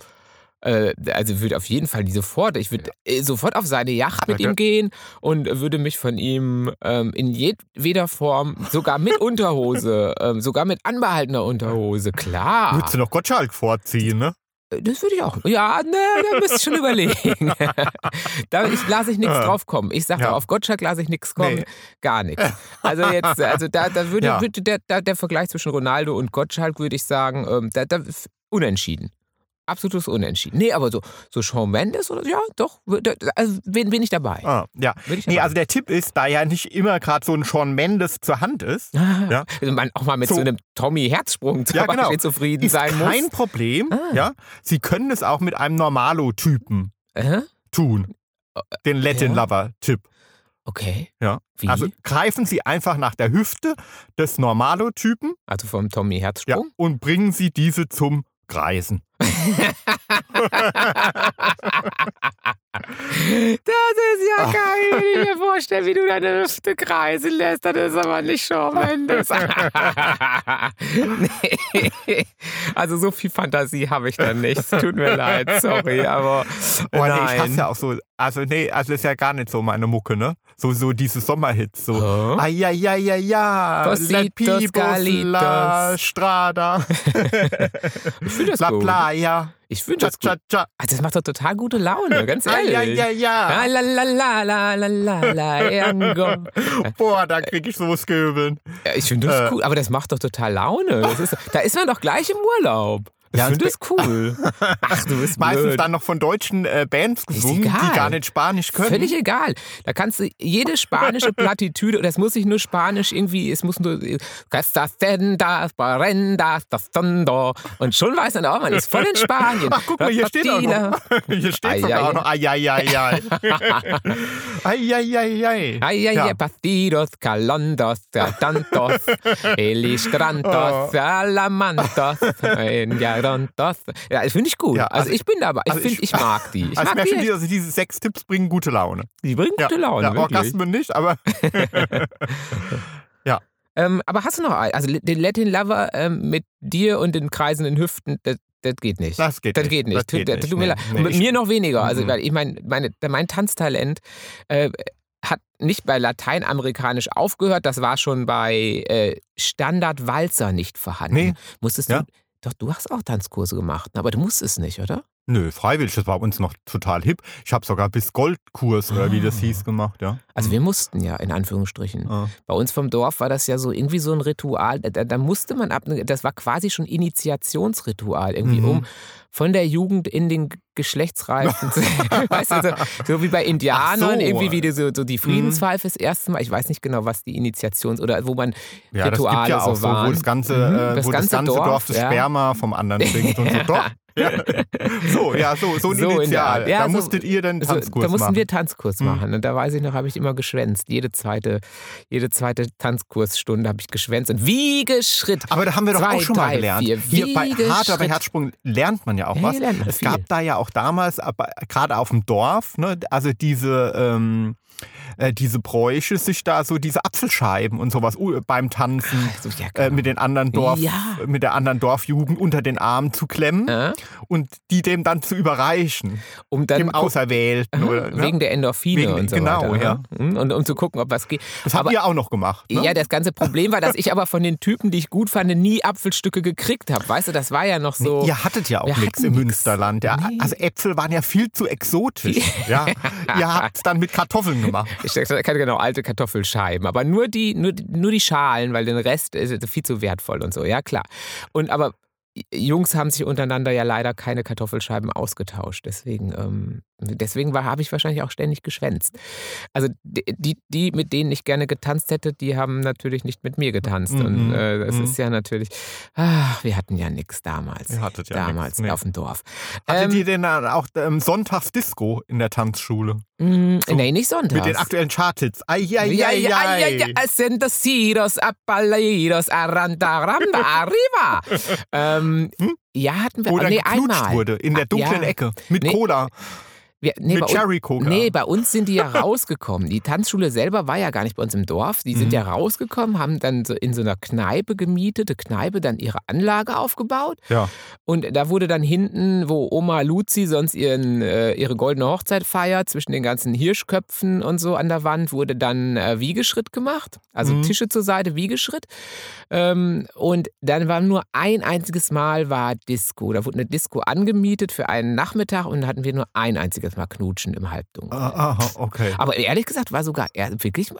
Speaker 2: Äh, also würde auf jeden Fall die sofort, ich würde äh, sofort auf seine Yacht mit
Speaker 1: der-
Speaker 2: ihm gehen und würde mich von ihm ähm, in jedweder Form, sogar mit Unterhose, ähm, sogar mit anbehaltener Unterhose, klar.
Speaker 1: Würdest du noch Gottschalk vorziehen, ne?
Speaker 2: Das würde ich auch. Ja, ne, da müsste ich schon überlegen. da ich, lasse ich nichts
Speaker 1: Ja.
Speaker 2: drauf kommen. Ich sage
Speaker 1: Ja.
Speaker 2: auf Gottschalk lasse ich nichts kommen.
Speaker 1: Nee.
Speaker 2: Gar nichts. Also jetzt, also da, da würde,
Speaker 1: Ja.
Speaker 2: würde der, da, der Vergleich zwischen Ronaldo und Gottschalk, würde ich sagen, ähm, da, da f- unentschieden. Absolutes Unentschieden. Nee, aber so, so Shawn Mendes oder ja, doch, wür- da- da- also bin, bin ich dabei.
Speaker 1: Ah, ja.
Speaker 2: Bin ich dabei.
Speaker 1: Nee, also der Tipp ist, da ja nicht immer gerade so ein Sean Mendes zur Hand ist, ja.
Speaker 2: also man auch mal mit so,
Speaker 1: So-
Speaker 2: einem Tommy-Herzsprung zum
Speaker 1: Ja, genau.
Speaker 2: Beispiel zufrieden
Speaker 1: ist
Speaker 2: sein
Speaker 1: kein
Speaker 2: muss.
Speaker 1: Problem.
Speaker 2: Ah.
Speaker 1: Ja? Sie können es auch mit einem Normalo-Typen
Speaker 2: Äh?
Speaker 1: tun. Den Latin
Speaker 2: ja.
Speaker 1: Lover-Tipp.
Speaker 2: Okay.
Speaker 1: Ja.
Speaker 2: Wie?
Speaker 1: Also
Speaker 2: Also,
Speaker 1: greifen Sie einfach nach der Hüfte des Normalo-Typen
Speaker 2: Also vom
Speaker 1: ja,
Speaker 2: Tommy-Herzsprung?
Speaker 1: und bringen Sie diese zum Kreisen.
Speaker 2: Das ist ja geil, wenn ich mir vorstelle, wie du deine Hüfte kreisen lässt. Das ist aber nicht Shawn Mendes. nee. Also so viel Fantasie habe ich da nicht. Tut mir leid, sorry, aber
Speaker 1: Oh, nee,
Speaker 2: nein.
Speaker 1: ich hasse ja auch so. Also, nee, also ist ja gar nicht so meine Mucke, ne? So, so diese Sommerhits. So.
Speaker 2: Huh?
Speaker 1: Ja, ja, ja, ja.
Speaker 2: Cositos,
Speaker 1: la
Speaker 2: Galitos.
Speaker 1: Strada.
Speaker 2: Ich finde das
Speaker 1: La
Speaker 2: gut.
Speaker 1: Playa.
Speaker 2: Ich finde
Speaker 1: Cha,
Speaker 2: das
Speaker 1: cha,
Speaker 2: gut.
Speaker 1: cha.
Speaker 2: Also das macht doch total gute Laune, ganz
Speaker 1: Ah,
Speaker 2: ehrlich.
Speaker 1: ja, ja, ja.
Speaker 2: La la la la la la la la Jango.
Speaker 1: Boah, da krieg ich sowas gehöbeln.
Speaker 2: Ja, Ich finde das
Speaker 1: Äh.
Speaker 2: cool, aber das macht doch total Laune. Das ist, da ist man doch gleich im Urlaub. Ich
Speaker 1: Ja,
Speaker 2: finde
Speaker 1: es-
Speaker 2: das cool. Ach, du bist
Speaker 1: Meistens
Speaker 2: blöd.
Speaker 1: dann noch von deutschen äh, Bands gesungen, die
Speaker 2: egal.
Speaker 1: gar nicht Spanisch können.
Speaker 2: Völlig egal. Da kannst du jede spanische Plattitüde, oder es muss nicht nur Spanisch irgendwie, es muss nur Castacendas, Barendas, Tastondo. Und schon weiß man, oh, man ist voll in Spanien.
Speaker 1: Ach, guck mal, hier steht auch noch. Hier steht sogar
Speaker 2: Ei, ei,
Speaker 1: auch noch. Eieiei. Eieiei.
Speaker 2: Ay, ay,
Speaker 1: Ja.
Speaker 2: ay, pastiros, calondos, tantos,
Speaker 1: Oh.
Speaker 2: elistrantos, alamantos, engarontos. Ja, das finde ich gut.
Speaker 1: Ja,
Speaker 2: also,
Speaker 1: also
Speaker 2: ich bin dabei. Ich,
Speaker 1: also
Speaker 2: find,
Speaker 1: ich-
Speaker 2: ich mag die. Ich
Speaker 1: Also
Speaker 2: mag
Speaker 1: merkst du
Speaker 2: die.
Speaker 1: dir, also diese sechs Tipps bringen gute Laune.
Speaker 2: Die bringen
Speaker 1: Ja.
Speaker 2: gute Laune,
Speaker 1: ja, oh,
Speaker 2: wirklich.
Speaker 1: Orgasmen nicht, aber
Speaker 2: Ähm, aber hast du noch einen? Also den Latin Lover ähm, mit dir und den kreisenden Hüften, das, das geht nicht.
Speaker 1: das geht
Speaker 2: Das
Speaker 1: nicht.
Speaker 2: geht nicht. Tut- das Tut mir leid.
Speaker 1: Nee, nee,
Speaker 2: Mit
Speaker 1: ich-
Speaker 2: mir noch weniger. Also,
Speaker 1: Mhm.
Speaker 2: weil ich mein, meine, mein Tanztalent äh, hat nicht bei Lateinamerikanisch aufgehört. Das war schon bei äh, Standardwalzer nicht vorhanden.
Speaker 1: Nee.
Speaker 2: Musstest
Speaker 1: Ja.
Speaker 2: du. Doch, du hast auch Tanzkurse gemacht, aber du musst es nicht, oder?
Speaker 1: Nö, freiwillig, das war bei uns noch total hip. Ich habe sogar bis Goldkurs oder wie das hieß gemacht, ja.
Speaker 2: Ah.
Speaker 1: Mhm. Ah.
Speaker 2: Also wir mussten ja, in Anführungsstrichen.
Speaker 1: Ja.
Speaker 2: Bei uns vom Dorf war das ja so irgendwie so ein Ritual. Da, da musste man ab, das war quasi schon Initiationsritual, irgendwie,
Speaker 1: Mhm.
Speaker 2: um von der Jugend in den Geschlechtsreifen zu. weißt du, so, so wie bei Indianern,
Speaker 1: so. Mhm.
Speaker 2: irgendwie wie die, so, so die Friedenspfeife das erste Mal. Ich weiß nicht genau, was die Initiations- oder wo man
Speaker 1: Ja, das gibt
Speaker 2: Rituale
Speaker 1: ja auch
Speaker 2: so
Speaker 1: so, wo
Speaker 2: waren.
Speaker 1: das ganze,
Speaker 2: Mhm,
Speaker 1: äh,
Speaker 2: das
Speaker 1: wo
Speaker 2: ganze
Speaker 1: das ganze Dorf,
Speaker 2: Dorf,
Speaker 1: das
Speaker 2: ja.
Speaker 1: Sperma vom anderen trinkt und so. Doch. Ja. So, ja, so, so ein
Speaker 2: So in der
Speaker 1: Initial.
Speaker 2: Art. Ja,
Speaker 1: da
Speaker 2: so-
Speaker 1: musstet ihr dann
Speaker 2: Also,
Speaker 1: Tanzkurs
Speaker 2: da mussten
Speaker 1: machen.
Speaker 2: wir Tanzkurs
Speaker 1: Mhm.
Speaker 2: machen. Und da weiß ich noch, habe ich immer geschwänzt. Jede zweite, jede zweite Tanzkursstunde habe ich geschwänzt. Und Wiegeschritt.
Speaker 1: aber da haben wir doch
Speaker 2: Zwei,
Speaker 1: auch schon mal
Speaker 2: drei,
Speaker 1: gelernt.
Speaker 2: vier,
Speaker 1: Hier bei
Speaker 2: Wiege,
Speaker 1: Hart aber
Speaker 2: Schritt.
Speaker 1: Herzsprung lernt man ja auch
Speaker 2: Ja,
Speaker 1: was.
Speaker 2: hier lernt man
Speaker 1: es
Speaker 2: viel.
Speaker 1: gab da ja auch damals, aber gerade auf dem Dorf, ne, also diese, ähm, äh, diese Bräuche, sich da so diese Apfelscheiben und sowas uh, beim Tanzen
Speaker 2: Also, ja,
Speaker 1: äh,
Speaker 2: genau.
Speaker 1: mit den anderen Dorf,
Speaker 2: Ja.
Speaker 1: mit der anderen Dorfjugend unter den Arm zu klemmen
Speaker 2: Äh?
Speaker 1: und die dem dann zu überreichen.
Speaker 2: um dann
Speaker 1: dem
Speaker 2: gucken-
Speaker 1: Auserwählten. Oder, ne?
Speaker 2: Wegen der Endorphine
Speaker 1: Wegen-
Speaker 2: und so
Speaker 1: genau,
Speaker 2: weiter. ne?
Speaker 1: ja.
Speaker 2: Mhm, Und um zu gucken, ob was geht.
Speaker 1: das habt
Speaker 2: aber-
Speaker 1: ihr auch noch gemacht. Ne?
Speaker 2: Ja, das ganze Problem war, dass ich aber von den Typen, die ich gut fand, nie Apfelstücke gekriegt habe. Weißt du, das war ja noch so.
Speaker 1: Ihr hattet ja auch
Speaker 2: Wir
Speaker 1: nichts
Speaker 2: hatten
Speaker 1: im
Speaker 2: nix.
Speaker 1: Münsterland. Ja,
Speaker 2: Nee.
Speaker 1: Also Äpfel waren ja viel zu exotisch. ja. Ihr habt es dann mit Kartoffeln gemacht.
Speaker 2: Ich dachte, genau, alte Kartoffelscheiben, aber nur die, nur, die- nur die Schalen, weil den Rest ist viel zu wertvoll und so, ja klar. Und aber Jungs haben sich untereinander ja leider keine Kartoffelscheiben ausgetauscht. Deswegen, ähm, deswegen war- habe ich wahrscheinlich auch ständig geschwänzt. Also die, die- die, mit denen ich gerne getanzt hätte, die haben natürlich nicht mit mir getanzt. Und
Speaker 1: Mhm,
Speaker 2: äh, das
Speaker 1: mhm.
Speaker 2: ist ja natürlich, ach, wir hatten ja nichts damals.
Speaker 1: Ihr hattet ja nix,
Speaker 2: damals
Speaker 1: nee.
Speaker 2: auf dem Dorf.
Speaker 1: Hattet
Speaker 2: Ähm,
Speaker 1: ihr denn dann auch ähm, Sonntagsdisco in der Tanzschule?
Speaker 2: mh,
Speaker 1: so
Speaker 2: Ähm, mm, nee, nicht sonntags.
Speaker 1: Mit den aktuellen Charthits.
Speaker 2: Ay, ay, ay,
Speaker 1: Eieiei.
Speaker 2: ay, Sendecidos, apalaidos, arandaranda, arriba. Ähm, Ja, hatten wir.
Speaker 1: Wo dann
Speaker 2: nee,
Speaker 1: Hm? geknutscht
Speaker 2: einmal.
Speaker 1: wurde in der
Speaker 2: Ah,
Speaker 1: dunklen
Speaker 2: ja.
Speaker 1: Ecke. Mit
Speaker 2: Nee,
Speaker 1: Cola,
Speaker 2: Wir, nee, bei
Speaker 1: mit
Speaker 2: uns-
Speaker 1: Cherry Cola.
Speaker 2: Nee, bei uns sind die ja rausgekommen. Die Tanzschule selber war ja gar nicht bei uns im Dorf. Die sind
Speaker 1: Mhm.
Speaker 2: ja rausgekommen, haben dann so in so einer Kneipe gemietete Kneipe dann ihre Anlage aufgebaut.
Speaker 1: ja.
Speaker 2: Und da wurde dann hinten, wo Oma Luzi sonst ihren, äh, ihre goldene Hochzeit feiert, zwischen den ganzen Hirschköpfen und so an der Wand, wurde dann äh, Wiegeschritt gemacht. Also
Speaker 1: Mhm.
Speaker 2: Tische zur Seite, Wiegeschritt. Ähm, und dann war nur ein einziges Mal war Disco. Da wurde eine Disco angemietet für einen Nachmittag und dann hatten wir nur ein einziges Mal Knutschen im Halbdunkel.
Speaker 1: Ah, aha, okay.
Speaker 2: Aber ehrlich gesagt war sogar er- wirklich,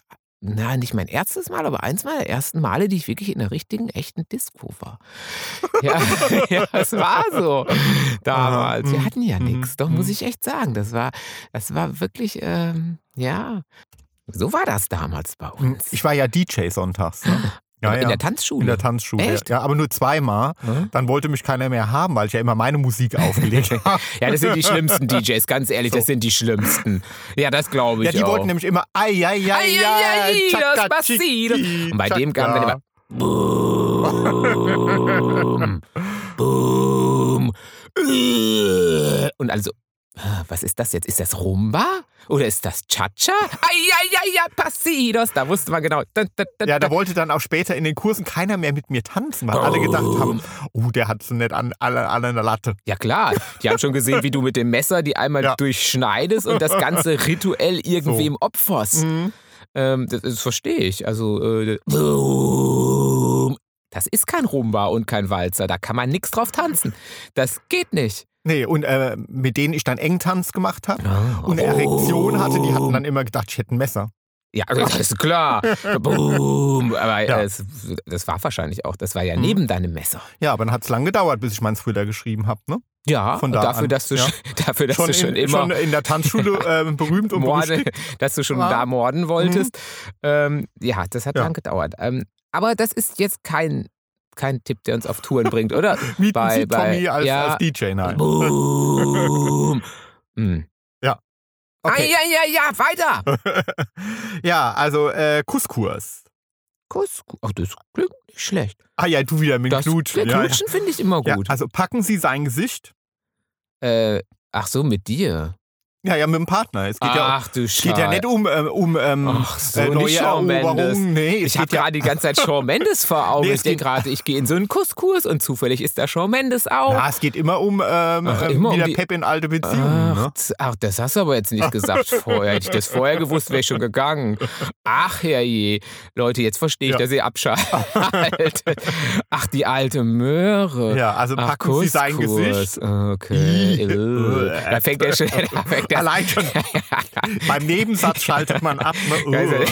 Speaker 2: na, nicht mein erstes Mal, aber eins meiner ersten Male, die ich wirklich in einer richtigen, echten Disco war. Ja, ja es war so damals. Wir
Speaker 1: mhm,
Speaker 2: hatten ja
Speaker 1: mhm,
Speaker 2: nichts. Doch, muss
Speaker 1: mhm.
Speaker 2: ich echt sagen, das war, das war wirklich, ähm, ja, so war das damals bei uns.
Speaker 1: Hm, Ich war ja DJ sonntags. Ne? Ja,
Speaker 2: in
Speaker 1: ja.
Speaker 2: der Tanzschule.
Speaker 1: In der Tanzschule.
Speaker 2: Echt?
Speaker 1: Ja, aber nur zweimal.
Speaker 2: Hm?
Speaker 1: Dann wollte mich keiner mehr haben, weil ich ja immer meine Musik aufgelegt habe.
Speaker 2: ja, das sind die schlimmsten DJs, ganz ehrlich,
Speaker 1: So.
Speaker 2: das sind die schlimmsten. Ja, das glaube ich
Speaker 1: Ja, die
Speaker 2: auch.
Speaker 1: wollten nämlich immer ai ai ai
Speaker 2: Ai, ai, ai,
Speaker 1: ai,
Speaker 2: das
Speaker 1: tschakka,
Speaker 2: passiert.
Speaker 1: tschicki,
Speaker 2: Und bei dem
Speaker 1: tschakka.
Speaker 2: kam dann immer Boom, Boom, äh. und also was ist das jetzt? Ist das Rumba oder ist das Cha-Cha? ja, passidos. Da wusste man genau. Da, da, da,
Speaker 1: Ja, da
Speaker 2: da.
Speaker 1: wollte dann auch später in den Kursen keiner mehr mit mir tanzen, weil alle gedacht haben, oh, der hat so nett an alle alle an der Latte.
Speaker 2: ja klar. Die haben schon gesehen, wie du mit dem Messer die einmal
Speaker 1: Ja.
Speaker 2: durchschneidest und das ganze rituell irgendwem opferst.
Speaker 1: Mhm.
Speaker 2: Ähm, das, das verstehe ich. Also, äh, Boom. das ist kein Rumba und kein Walzer. Da kann man nichts drauf tanzen. Das geht nicht.
Speaker 1: Nee, und äh, mit denen ich dann Engtanz gemacht habe
Speaker 2: Ah,
Speaker 1: und eine Erektion hatte, die hatten dann immer gedacht, ich hätte ein Messer.
Speaker 2: Ja, das ist klar. Boom. Aber äh,
Speaker 1: Ja.
Speaker 2: es, das war wahrscheinlich auch. Das war ja
Speaker 1: Mhm.
Speaker 2: neben deinem Messer.
Speaker 1: Ja, aber dann hat es lang gedauert, bis ich meinen Thriller geschrieben habe. Ne?
Speaker 2: Ja,
Speaker 1: Von da
Speaker 2: dafür,
Speaker 1: an,
Speaker 2: dass du,
Speaker 1: ja.
Speaker 2: sch- dafür, dass du schon immer
Speaker 1: schon in der Tanzschule ähm, berühmt und
Speaker 2: Morde,
Speaker 1: berüchtigt.
Speaker 2: dass du schon
Speaker 1: war.
Speaker 2: da morden wolltest. Ähm, ja, das hat
Speaker 1: Mhm. Ja.
Speaker 2: lang gedauert. Ähm, aber das ist jetzt kein, kein Tipp, der uns auf Touren bringt, oder?
Speaker 1: Mieten
Speaker 2: bei-
Speaker 1: Sie
Speaker 2: bei-
Speaker 1: Tommy als,
Speaker 2: ja.
Speaker 1: als DJ? Nein.
Speaker 2: Boom. Hm. Ah,
Speaker 1: Okay.
Speaker 2: ja, ja, ja, weiter.
Speaker 1: ja, also äh, Kusskurs.
Speaker 2: Kuss. Ach, das klingt nicht schlecht.
Speaker 1: Ah ja, du wieder mit
Speaker 2: Das
Speaker 1: Knutschen. Ja, ja.
Speaker 2: Knutschen finde ich immer
Speaker 1: Ja,
Speaker 2: gut.
Speaker 1: also packen Sie sein Gesicht.
Speaker 2: Äh, ach so, mit dir.
Speaker 1: Ja, ja, mit dem Partner. Es geht, ja, um-
Speaker 2: Ach du
Speaker 1: es
Speaker 2: Scheiße.
Speaker 1: geht ja nicht um, ähm, um ähm,
Speaker 2: Ah, Ach so,
Speaker 1: äh, neue
Speaker 2: nicht Shawn Mendes.
Speaker 1: Eroberungen. Nee, es
Speaker 2: Ich habe
Speaker 1: geht ja
Speaker 2: gerade die ganze Zeit Shawn Mendes vor Augen.
Speaker 1: Nee,
Speaker 2: ich
Speaker 1: es
Speaker 2: denke gerade, ich gehe in so einen Kusskurs und zufällig ist da Shawn Mendes auch.
Speaker 1: Ja, es geht immer um ähm,
Speaker 2: Ach,
Speaker 1: ähm,
Speaker 2: immer um
Speaker 1: wieder
Speaker 2: die-
Speaker 1: Pep in alte Beziehungen.
Speaker 2: Ach,
Speaker 1: Ne?
Speaker 2: z- ach, das hast du aber jetzt nicht gesagt vorher. Hätte ich das vorher gewusst, wäre ich schon gegangen. Ach, herrje. Leute, jetzt verstehe ich,
Speaker 1: Ja.
Speaker 2: dass ihr abschaltet. ach, die alte Möhre.
Speaker 1: Ja, also
Speaker 2: Ach,
Speaker 1: packen Sie sein
Speaker 2: Couscous.
Speaker 1: Gesicht.
Speaker 2: Okay.
Speaker 1: Ih.
Speaker 2: Ugh. da fängt er schon. Da fängt er
Speaker 1: Allein schon beim Nebensatz schaltet man ab.
Speaker 2: Da
Speaker 1: Ne?
Speaker 2: ist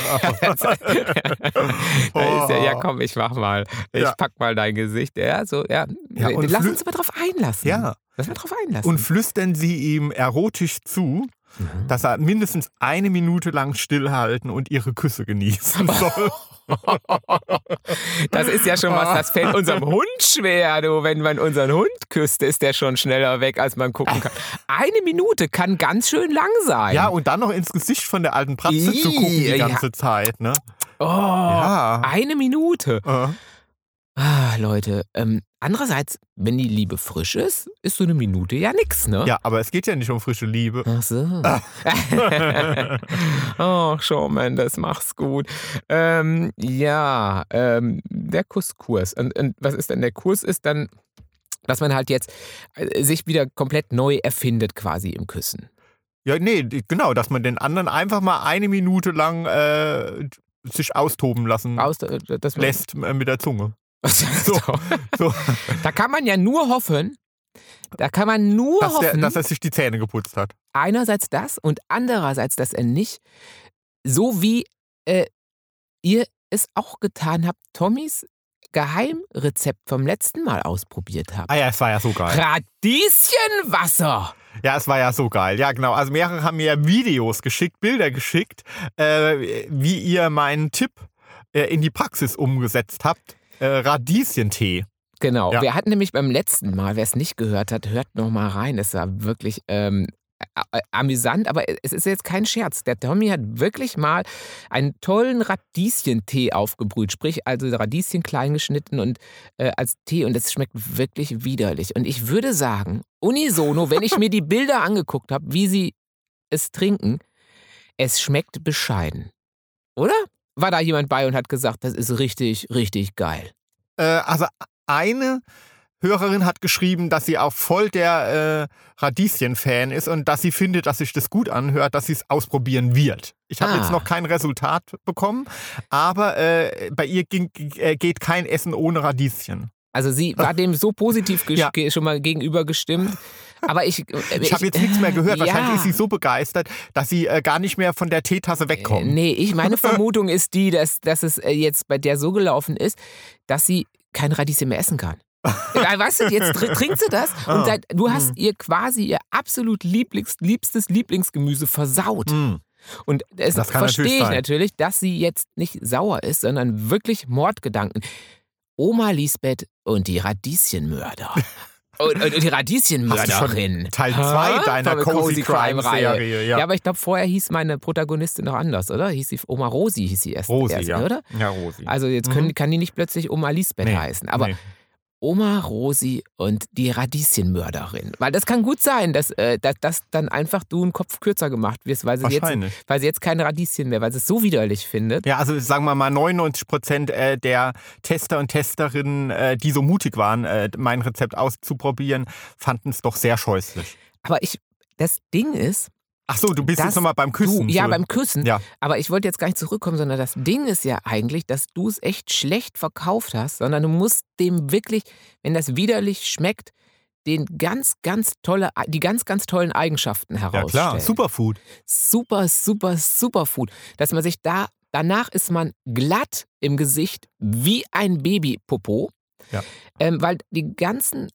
Speaker 2: er- da ist er, ja
Speaker 1: Oh.
Speaker 2: komm, ich mach mal. Ich
Speaker 1: Ja.
Speaker 2: pack mal dein Gesicht. Ja, so, ja.
Speaker 1: Ja, und
Speaker 2: Lass
Speaker 1: flü-
Speaker 2: uns mal drauf einlassen.
Speaker 1: ja,
Speaker 2: Lass mal drauf einlassen.
Speaker 1: und flüstern Sie ihm erotisch zu,
Speaker 2: Mhm.
Speaker 1: dass er mindestens eine Minute lang stillhalten und Ihre Küsse genießen soll.
Speaker 2: Das ist ja schon was, das fällt unserem Hund schwer. Du, wenn man unseren Hund küsst, ist der schon schneller weg, als man gucken kann. Eine Minute kann ganz schön lang sein.
Speaker 1: Ja, und dann noch ins Gesicht von der alten Pratze zu
Speaker 2: Ih,
Speaker 1: gucken die
Speaker 2: ja.
Speaker 1: ganze Zeit. Ne?
Speaker 2: oh,
Speaker 1: Ja.
Speaker 2: eine Minute.
Speaker 1: Äh,
Speaker 2: Ah, Leute, ähm, andererseits, wenn die Liebe frisch ist, ist so eine Minute ja nix, ne?
Speaker 1: Äh. ja, aber es geht ja nicht um frische Liebe.
Speaker 2: Ach so.
Speaker 1: Ah.
Speaker 2: oh, Shawn Mendes, mach's gut. Ähm, ja, ähm, der Kusskurs. Und, und was ist denn der Kurs? Ist dann, dass man halt jetzt äh, sich wieder komplett neu erfindet quasi im Küssen.
Speaker 1: Ja, nee, die- genau, dass man den anderen einfach mal eine Minute lang äh, sich austoben lassen
Speaker 2: Aus, äh, dass
Speaker 1: Hm.
Speaker 2: man,
Speaker 1: lässt äh, mit der Zunge.
Speaker 2: so.
Speaker 1: So,
Speaker 2: Da kann man ja nur hoffen, da kann man nur
Speaker 1: dass, der,
Speaker 2: hoffen,
Speaker 1: dass er sich die Zähne geputzt hat.
Speaker 2: einerseits das und andererseits, dass er nicht so wie äh, ihr es auch getan habt, Tommys Geheimrezept vom letzten Mal ausprobiert habt.
Speaker 1: Ah ja, es war ja so geil.
Speaker 2: Radieschenwasser.
Speaker 1: Ja, es war ja so geil. Ja, genau. Also mehrere haben mir ja Videos geschickt, Bilder geschickt, äh, wie ihr meinen Tipp äh, in die Praxis umgesetzt habt. Äh, Radieschentee.
Speaker 2: Genau.
Speaker 1: Ja.
Speaker 2: Wir hatten nämlich beim letzten Mal, wer es nicht gehört hat, hört noch mal rein. Es war wirklich ähm, a- a- amüsant, aber es ist jetzt kein Scherz. Der Tommy hat wirklich mal einen tollen Radieschentee aufgebrüht, sprich also Radieschen klein geschnitten und äh, als Tee und es schmeckt wirklich widerlich. Und ich würde sagen, unisono, wenn ich mir die Bilder angeguckt habe, wie sie es trinken, es schmeckt bescheiden, oder? War da jemand bei und hat gesagt, das ist richtig, richtig geil.
Speaker 1: Äh, also eine Hörerin hat geschrieben, dass sie auch voll der äh, Radieschen-Fan ist und dass sie findet, dass sich das gut anhört, dass sie es ausprobieren wird. Ich habe
Speaker 2: Ah.
Speaker 1: jetzt noch kein Resultat bekommen, aber äh, bei ihr ging, äh, geht kein Essen ohne Radieschen.
Speaker 2: Also sie war dem so positiv gesch-
Speaker 1: Ja.
Speaker 2: ge- schon mal gegenüber gestimmt. Aber ich.
Speaker 1: Ich habe jetzt nichts mehr gehört.
Speaker 2: Ja. Äh,
Speaker 1: Wahrscheinlich ist sie so begeistert, dass sie äh, gar nicht mehr von der Teetasse wegkommt.
Speaker 2: Nee, ich, meine Vermutung ist die, dass, dass es äh, jetzt bei der so gelaufen ist, dass sie kein Radieschen mehr essen kann. Ja, Weißt du, jetzt tr- trinkt sie das und
Speaker 1: Ah.
Speaker 2: seit, du hast ihr quasi ihr absolut lieblings, liebstes Lieblingsgemüse versaut.
Speaker 1: Hm.
Speaker 2: Und es
Speaker 1: Das kann
Speaker 2: verstehe
Speaker 1: natürlich
Speaker 2: ich
Speaker 1: sein.
Speaker 2: natürlich, dass sie jetzt nicht sauer ist, sondern wirklich Mordgedanken. Oma Lisbeth und die Radieschenmörder. Und, und, und die
Speaker 1: Hast du
Speaker 2: Radieschenmörderin.
Speaker 1: schon Teil
Speaker 2: Ha?
Speaker 1: 2 deiner
Speaker 2: Von der
Speaker 1: Cozy Crime Serie.
Speaker 2: Ja.
Speaker 1: Ja.
Speaker 2: aber ich glaube, vorher hieß meine Protagonistin noch anders, oder? Hieß sie Oma Rosi, hieß sie erst.
Speaker 1: Rosi,
Speaker 2: erst
Speaker 1: ja.
Speaker 2: oder?
Speaker 1: Ja, Rosi.
Speaker 2: Also jetzt können,
Speaker 1: Mhm.
Speaker 2: kann die nicht plötzlich Oma Lisbeth
Speaker 1: Nee,
Speaker 2: heißen. Aber
Speaker 1: nee.
Speaker 2: Oma Rosi und die Radieschenmörderin. Weil das kann gut sein, dass, äh, dass, dass dann einfach du einen Kopf kürzer gemacht wirst, weil sie jetzt
Speaker 1: wahrscheinlich.
Speaker 2: weil sie jetzt keine Radieschen mehr, weil sie es so widerlich findet.
Speaker 1: Ja, also sagen wir mal, 99 Prozent äh, der Tester und Testerinnen, äh, die so mutig waren, äh, mein Rezept auszuprobieren, fanden es doch sehr scheußlich.
Speaker 2: Aber ich, das Ding ist,
Speaker 1: Ach so, du bist
Speaker 2: Das-
Speaker 1: jetzt nochmal beim Küssen.
Speaker 2: du, ja,
Speaker 1: so.
Speaker 2: beim Küssen,
Speaker 1: Ja.
Speaker 2: aber ich wollte jetzt gar nicht zurückkommen, sondern das Ding ist ja eigentlich, dass du es echt schlecht verkauft hast, sondern du musst dem wirklich, wenn das widerlich schmeckt, den ganz, ganz tolle, die ganz, ganz tollen Eigenschaften
Speaker 1: Ja
Speaker 2: herausstellen.
Speaker 1: klar, Superfood.
Speaker 2: super, super, Superfood, dass man sich da, danach ist man glatt im Gesicht wie ein Babypopo,
Speaker 1: Ja.
Speaker 2: ähm, weil die ganzen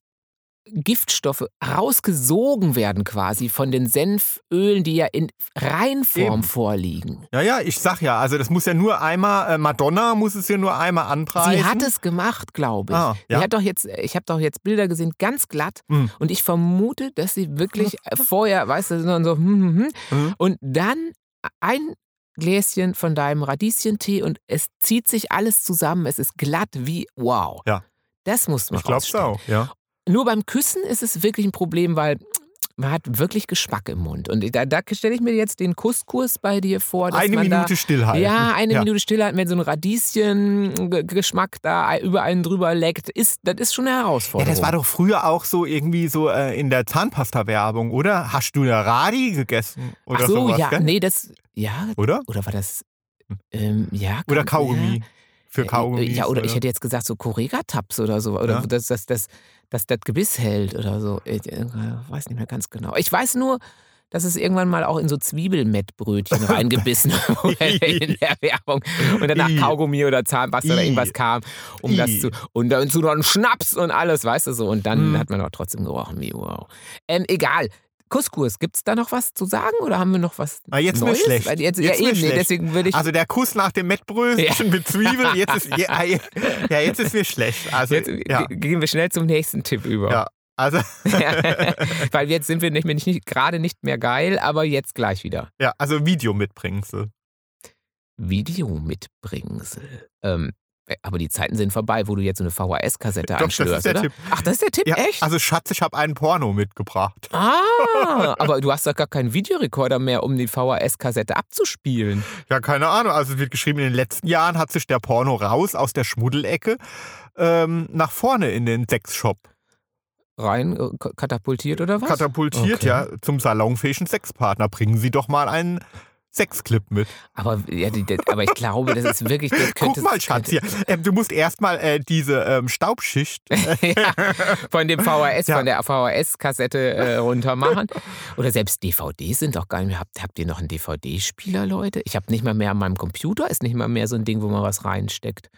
Speaker 2: Giftstoffe rausgesogen werden quasi von den Senfölen, die ja in Reinform
Speaker 1: Eben.
Speaker 2: vorliegen.
Speaker 1: Ja, ja, ich sag ja, also das muss ja nur einmal, äh, Madonna muss es ja nur einmal anpreisen.
Speaker 2: Sie hat es gemacht, glaube ich.
Speaker 1: Ah, ja.
Speaker 2: Sie hat doch jetzt, ich habe doch jetzt Bilder gesehen, ganz glatt.
Speaker 1: Mhm.
Speaker 2: Und ich vermute, dass sie wirklich äh, vorher, weißt du, sondern so, hm, hm, hm,
Speaker 1: Mhm.
Speaker 2: Und dann ein Gläschen von deinem Radieschentee und es zieht sich alles zusammen. Es ist glatt wie wow.
Speaker 1: Ja.
Speaker 2: Das muss man
Speaker 1: Ich glaub's
Speaker 2: rausstellen.
Speaker 1: auch, ja.
Speaker 2: Nur beim Küssen ist es wirklich ein Problem, weil man hat wirklich Geschmack im Mund. Und da, da stelle ich mir jetzt den Kusskurs bei dir vor. Dass
Speaker 1: Eine
Speaker 2: man da,
Speaker 1: Minute stillhalten.
Speaker 2: ja, eine Minute stillhalten, wenn so ein Radieschen-Geschmack da über einen drüber leckt, ist, das ist schon eine
Speaker 1: Ja,
Speaker 2: Herausforderung.
Speaker 1: das war doch früher auch so irgendwie so äh, in der Zahnpasta-Werbung, oder? Hast du eine Radi gegessen oder
Speaker 2: Ach so,
Speaker 1: sowas,
Speaker 2: ja, ne.
Speaker 1: gell?
Speaker 2: nee, das, ja,
Speaker 1: oder? Hm.
Speaker 2: oder war das, ähm, ja.
Speaker 1: Oder
Speaker 2: kann-
Speaker 1: Kaugummi. Für
Speaker 2: ja,
Speaker 1: Kaugummi.
Speaker 2: äh, Ja, oder ich hätte jetzt gesagt so Correga-Tabs oder so, oder
Speaker 1: Ja.
Speaker 2: dass, dass, dass, dass das Gebiss hält oder so. Ich äh, weiß nicht mehr ganz genau. Ich weiß nur, dass es irgendwann mal auch in so Zwiebelmettbrötchen reingebissen wurde in der Werbung. Und danach
Speaker 1: Ih.
Speaker 2: Kaugummi oder Zahnpasta oder
Speaker 1: Ih.
Speaker 2: irgendwas kam, um das
Speaker 1: Ih.
Speaker 2: zu. Und dazu noch einen Schnaps und alles, weißt du so. Und dann
Speaker 1: Hm.
Speaker 2: hat man auch trotzdem gerochen, wie wow. Ähm, egal. Couscous, gibt es da noch was zu sagen oder haben wir noch was?
Speaker 1: Ah, jetzt mir
Speaker 2: Neues?
Speaker 1: schlecht.
Speaker 2: Weil Jetzt,
Speaker 1: Jetzt
Speaker 2: ja,
Speaker 1: mir
Speaker 2: eben, nee,
Speaker 1: schlecht.
Speaker 2: deswegen würde ich.
Speaker 1: Also der Kuss nach dem Mettbrötchen mit Zwiebeln, jetzt ist, ja, ja, jetzt ist mir schlecht. Also,
Speaker 2: Jetzt
Speaker 1: ja,
Speaker 2: ge- gehen wir schnell zum nächsten Tipp über.
Speaker 1: Ja. also,
Speaker 2: Weil jetzt sind wir nicht mehr, nicht, gerade nicht mehr geil, aber jetzt gleich wieder.
Speaker 1: ja, also Video mitbringen. So.
Speaker 2: Videomitbringsel. Ähm, aber die Zeiten sind vorbei, wo du jetzt so eine VHS-Kassette
Speaker 1: Doch, das
Speaker 2: anschlörst,
Speaker 1: ist der
Speaker 2: oder?
Speaker 1: Tipp.
Speaker 2: Ach, das ist der Tipp,
Speaker 1: Ja,
Speaker 2: echt?
Speaker 1: also Schatz, ich habe einen Porno mitgebracht.
Speaker 2: ah, aber du hast doch gar keinen Videorekorder mehr, um die VHS-Kassette abzuspielen.
Speaker 1: Ja, keine Ahnung. Also es wird geschrieben, in den letzten Jahren hat sich der Porno raus aus der Schmuddelecke ähm, nach vorne in den Sexshop
Speaker 2: Rein äh, k- katapultiert oder was?
Speaker 1: katapultiert,
Speaker 2: Okay.
Speaker 1: ja, zum salonfähigen Sexpartner. Bringen Sie doch mal einen Sexclip mit.
Speaker 2: aber, ja, die, die- aber ich glaube, das ist wirklich. Das könnte,
Speaker 1: Guck mal, Schatz, hier.
Speaker 2: könnte-
Speaker 1: Ähm, du musst erstmal äh, diese ähm, Staubschicht.
Speaker 2: ja, von dem VHS,
Speaker 1: Ja.
Speaker 2: von der VHS-Kassette äh, runter machen. Oder selbst DVDs sind doch gar nicht mehr. Habt, habt ihr noch einen DVD-Spieler, Leute? Ich habe nicht mal mehr an meinem Computer, ist nicht mal mehr so ein Ding, wo man was reinsteckt.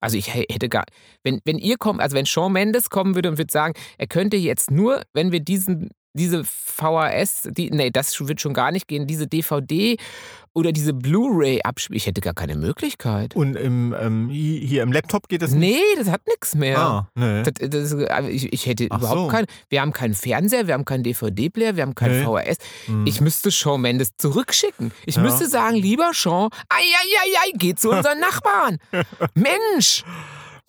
Speaker 2: Also ich hä- hätte gar, wenn, wenn ihr kommt, also wenn Shawn Mendes kommen würde und würde sagen, er könnte jetzt nur, wenn wir diesen, diese VHS, die, nee, das wird schon gar nicht gehen, diese DVD oder diese Blu-ray abspielen, ich hätte gar keine Möglichkeit.
Speaker 1: Und im, ähm, hi- hier im Laptop geht es nicht.
Speaker 2: Nee, das hat nichts mehr.
Speaker 1: Ah, nee.
Speaker 2: Das, das, ich, ich hätte
Speaker 1: Ach
Speaker 2: überhaupt
Speaker 1: so.
Speaker 2: keinen. Wir haben keinen Fernseher, wir haben keinen DVD-Player, wir haben keinen
Speaker 1: Nee.
Speaker 2: VHS.
Speaker 1: Hm.
Speaker 2: Ich müsste Shawn Mendes zurückschicken. Ich
Speaker 1: Ja.
Speaker 2: müsste sagen, lieber Shawn, ei, geh zu unseren Nachbarn. Mensch!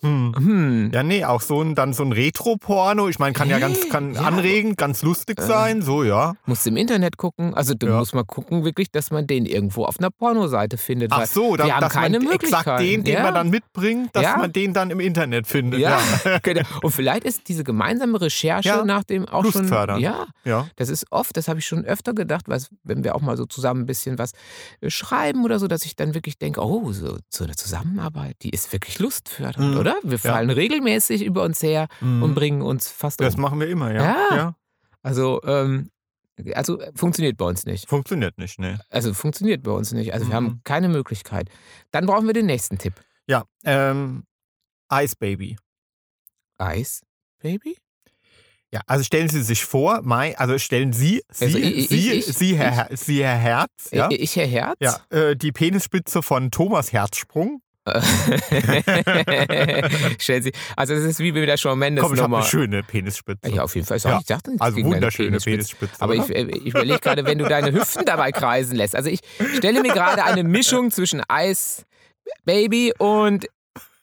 Speaker 1: Hm.
Speaker 2: Hm.
Speaker 1: Ja, nee, auch so ein, dann so ein Retro-Porno. Ich meine, kann ja
Speaker 2: Hä?
Speaker 1: ganz kann
Speaker 2: Ja, äh.
Speaker 1: anregend, ganz lustig sein. So, ja.
Speaker 2: Musst im Internet gucken. Also du
Speaker 1: Ja.
Speaker 2: musst mal gucken, wirklich, dass man den irgendwo auf einer Pornoseite findet. weil
Speaker 1: Ach so, dann,
Speaker 2: wir haben
Speaker 1: dass
Speaker 2: keine
Speaker 1: man
Speaker 2: Möglichkeiten.
Speaker 1: exakt den, den
Speaker 2: ja.
Speaker 1: man dann mitbringt, dass
Speaker 2: Ja.
Speaker 1: man den dann im Internet findet.
Speaker 2: ja,
Speaker 1: ja.
Speaker 2: genau. Und vielleicht ist diese gemeinsame Recherche
Speaker 1: Ja.
Speaker 2: nach dem auch schon.
Speaker 1: Lustfördernd.
Speaker 2: Ja,
Speaker 1: ja.
Speaker 2: Das ist oft, das habe ich schon öfter gedacht, weil wenn wir auch mal so zusammen ein bisschen was äh, schreiben oder so, dass ich dann wirklich denke, oh, so, so eine Zusammenarbeit, die ist wirklich lustfördernd,
Speaker 1: Mhm.
Speaker 2: oder? Wir fallen regelmäßig über uns her
Speaker 1: Mhm.
Speaker 2: und bringen uns fast
Speaker 1: Das
Speaker 2: um.
Speaker 1: machen wir immer, ja.
Speaker 2: Ja.
Speaker 1: ja.
Speaker 2: Also, ähm, also äh, funktioniert bei uns nicht.
Speaker 1: Funktioniert nicht, ne.
Speaker 2: Also funktioniert bei uns nicht. Also wir haben
Speaker 1: Mhm.
Speaker 2: keine Möglichkeit. Dann brauchen wir den nächsten Tipp.
Speaker 1: Ja, ähm, Ice Baby.
Speaker 2: Eis, Baby?
Speaker 1: Ja, also stellen Sie sich vor, Mai, also stellen Sie, Sie,
Speaker 2: Also ich- ich-
Speaker 1: Sie,
Speaker 2: ich-
Speaker 1: Sie, Herr,
Speaker 2: ich-
Speaker 1: Her- Sie, Herr Herz, ja,
Speaker 2: Äh, Ich, ich Herr Herz?
Speaker 1: ja äh, die Penisspitze von Thomas Herzsprung.
Speaker 2: Stellen Sie, also es ist wie bei der Shawn Mendes
Speaker 1: Komm, ich habe
Speaker 2: Nummer.
Speaker 1: eine schöne Penisspitze.
Speaker 2: Ja, auf jeden Fall. Ich
Speaker 1: Ja.
Speaker 2: dachte, es
Speaker 1: also
Speaker 2: ging deine
Speaker 1: wunderschöne
Speaker 2: Penisspitze.
Speaker 1: Penisspitze.
Speaker 2: Aber
Speaker 1: oder?
Speaker 2: ich, äh, ich überlege gerade, wenn du deine Hüften dabei kreisen lässt. Also ich stelle mir gerade eine Mischung zwischen Eis Baby und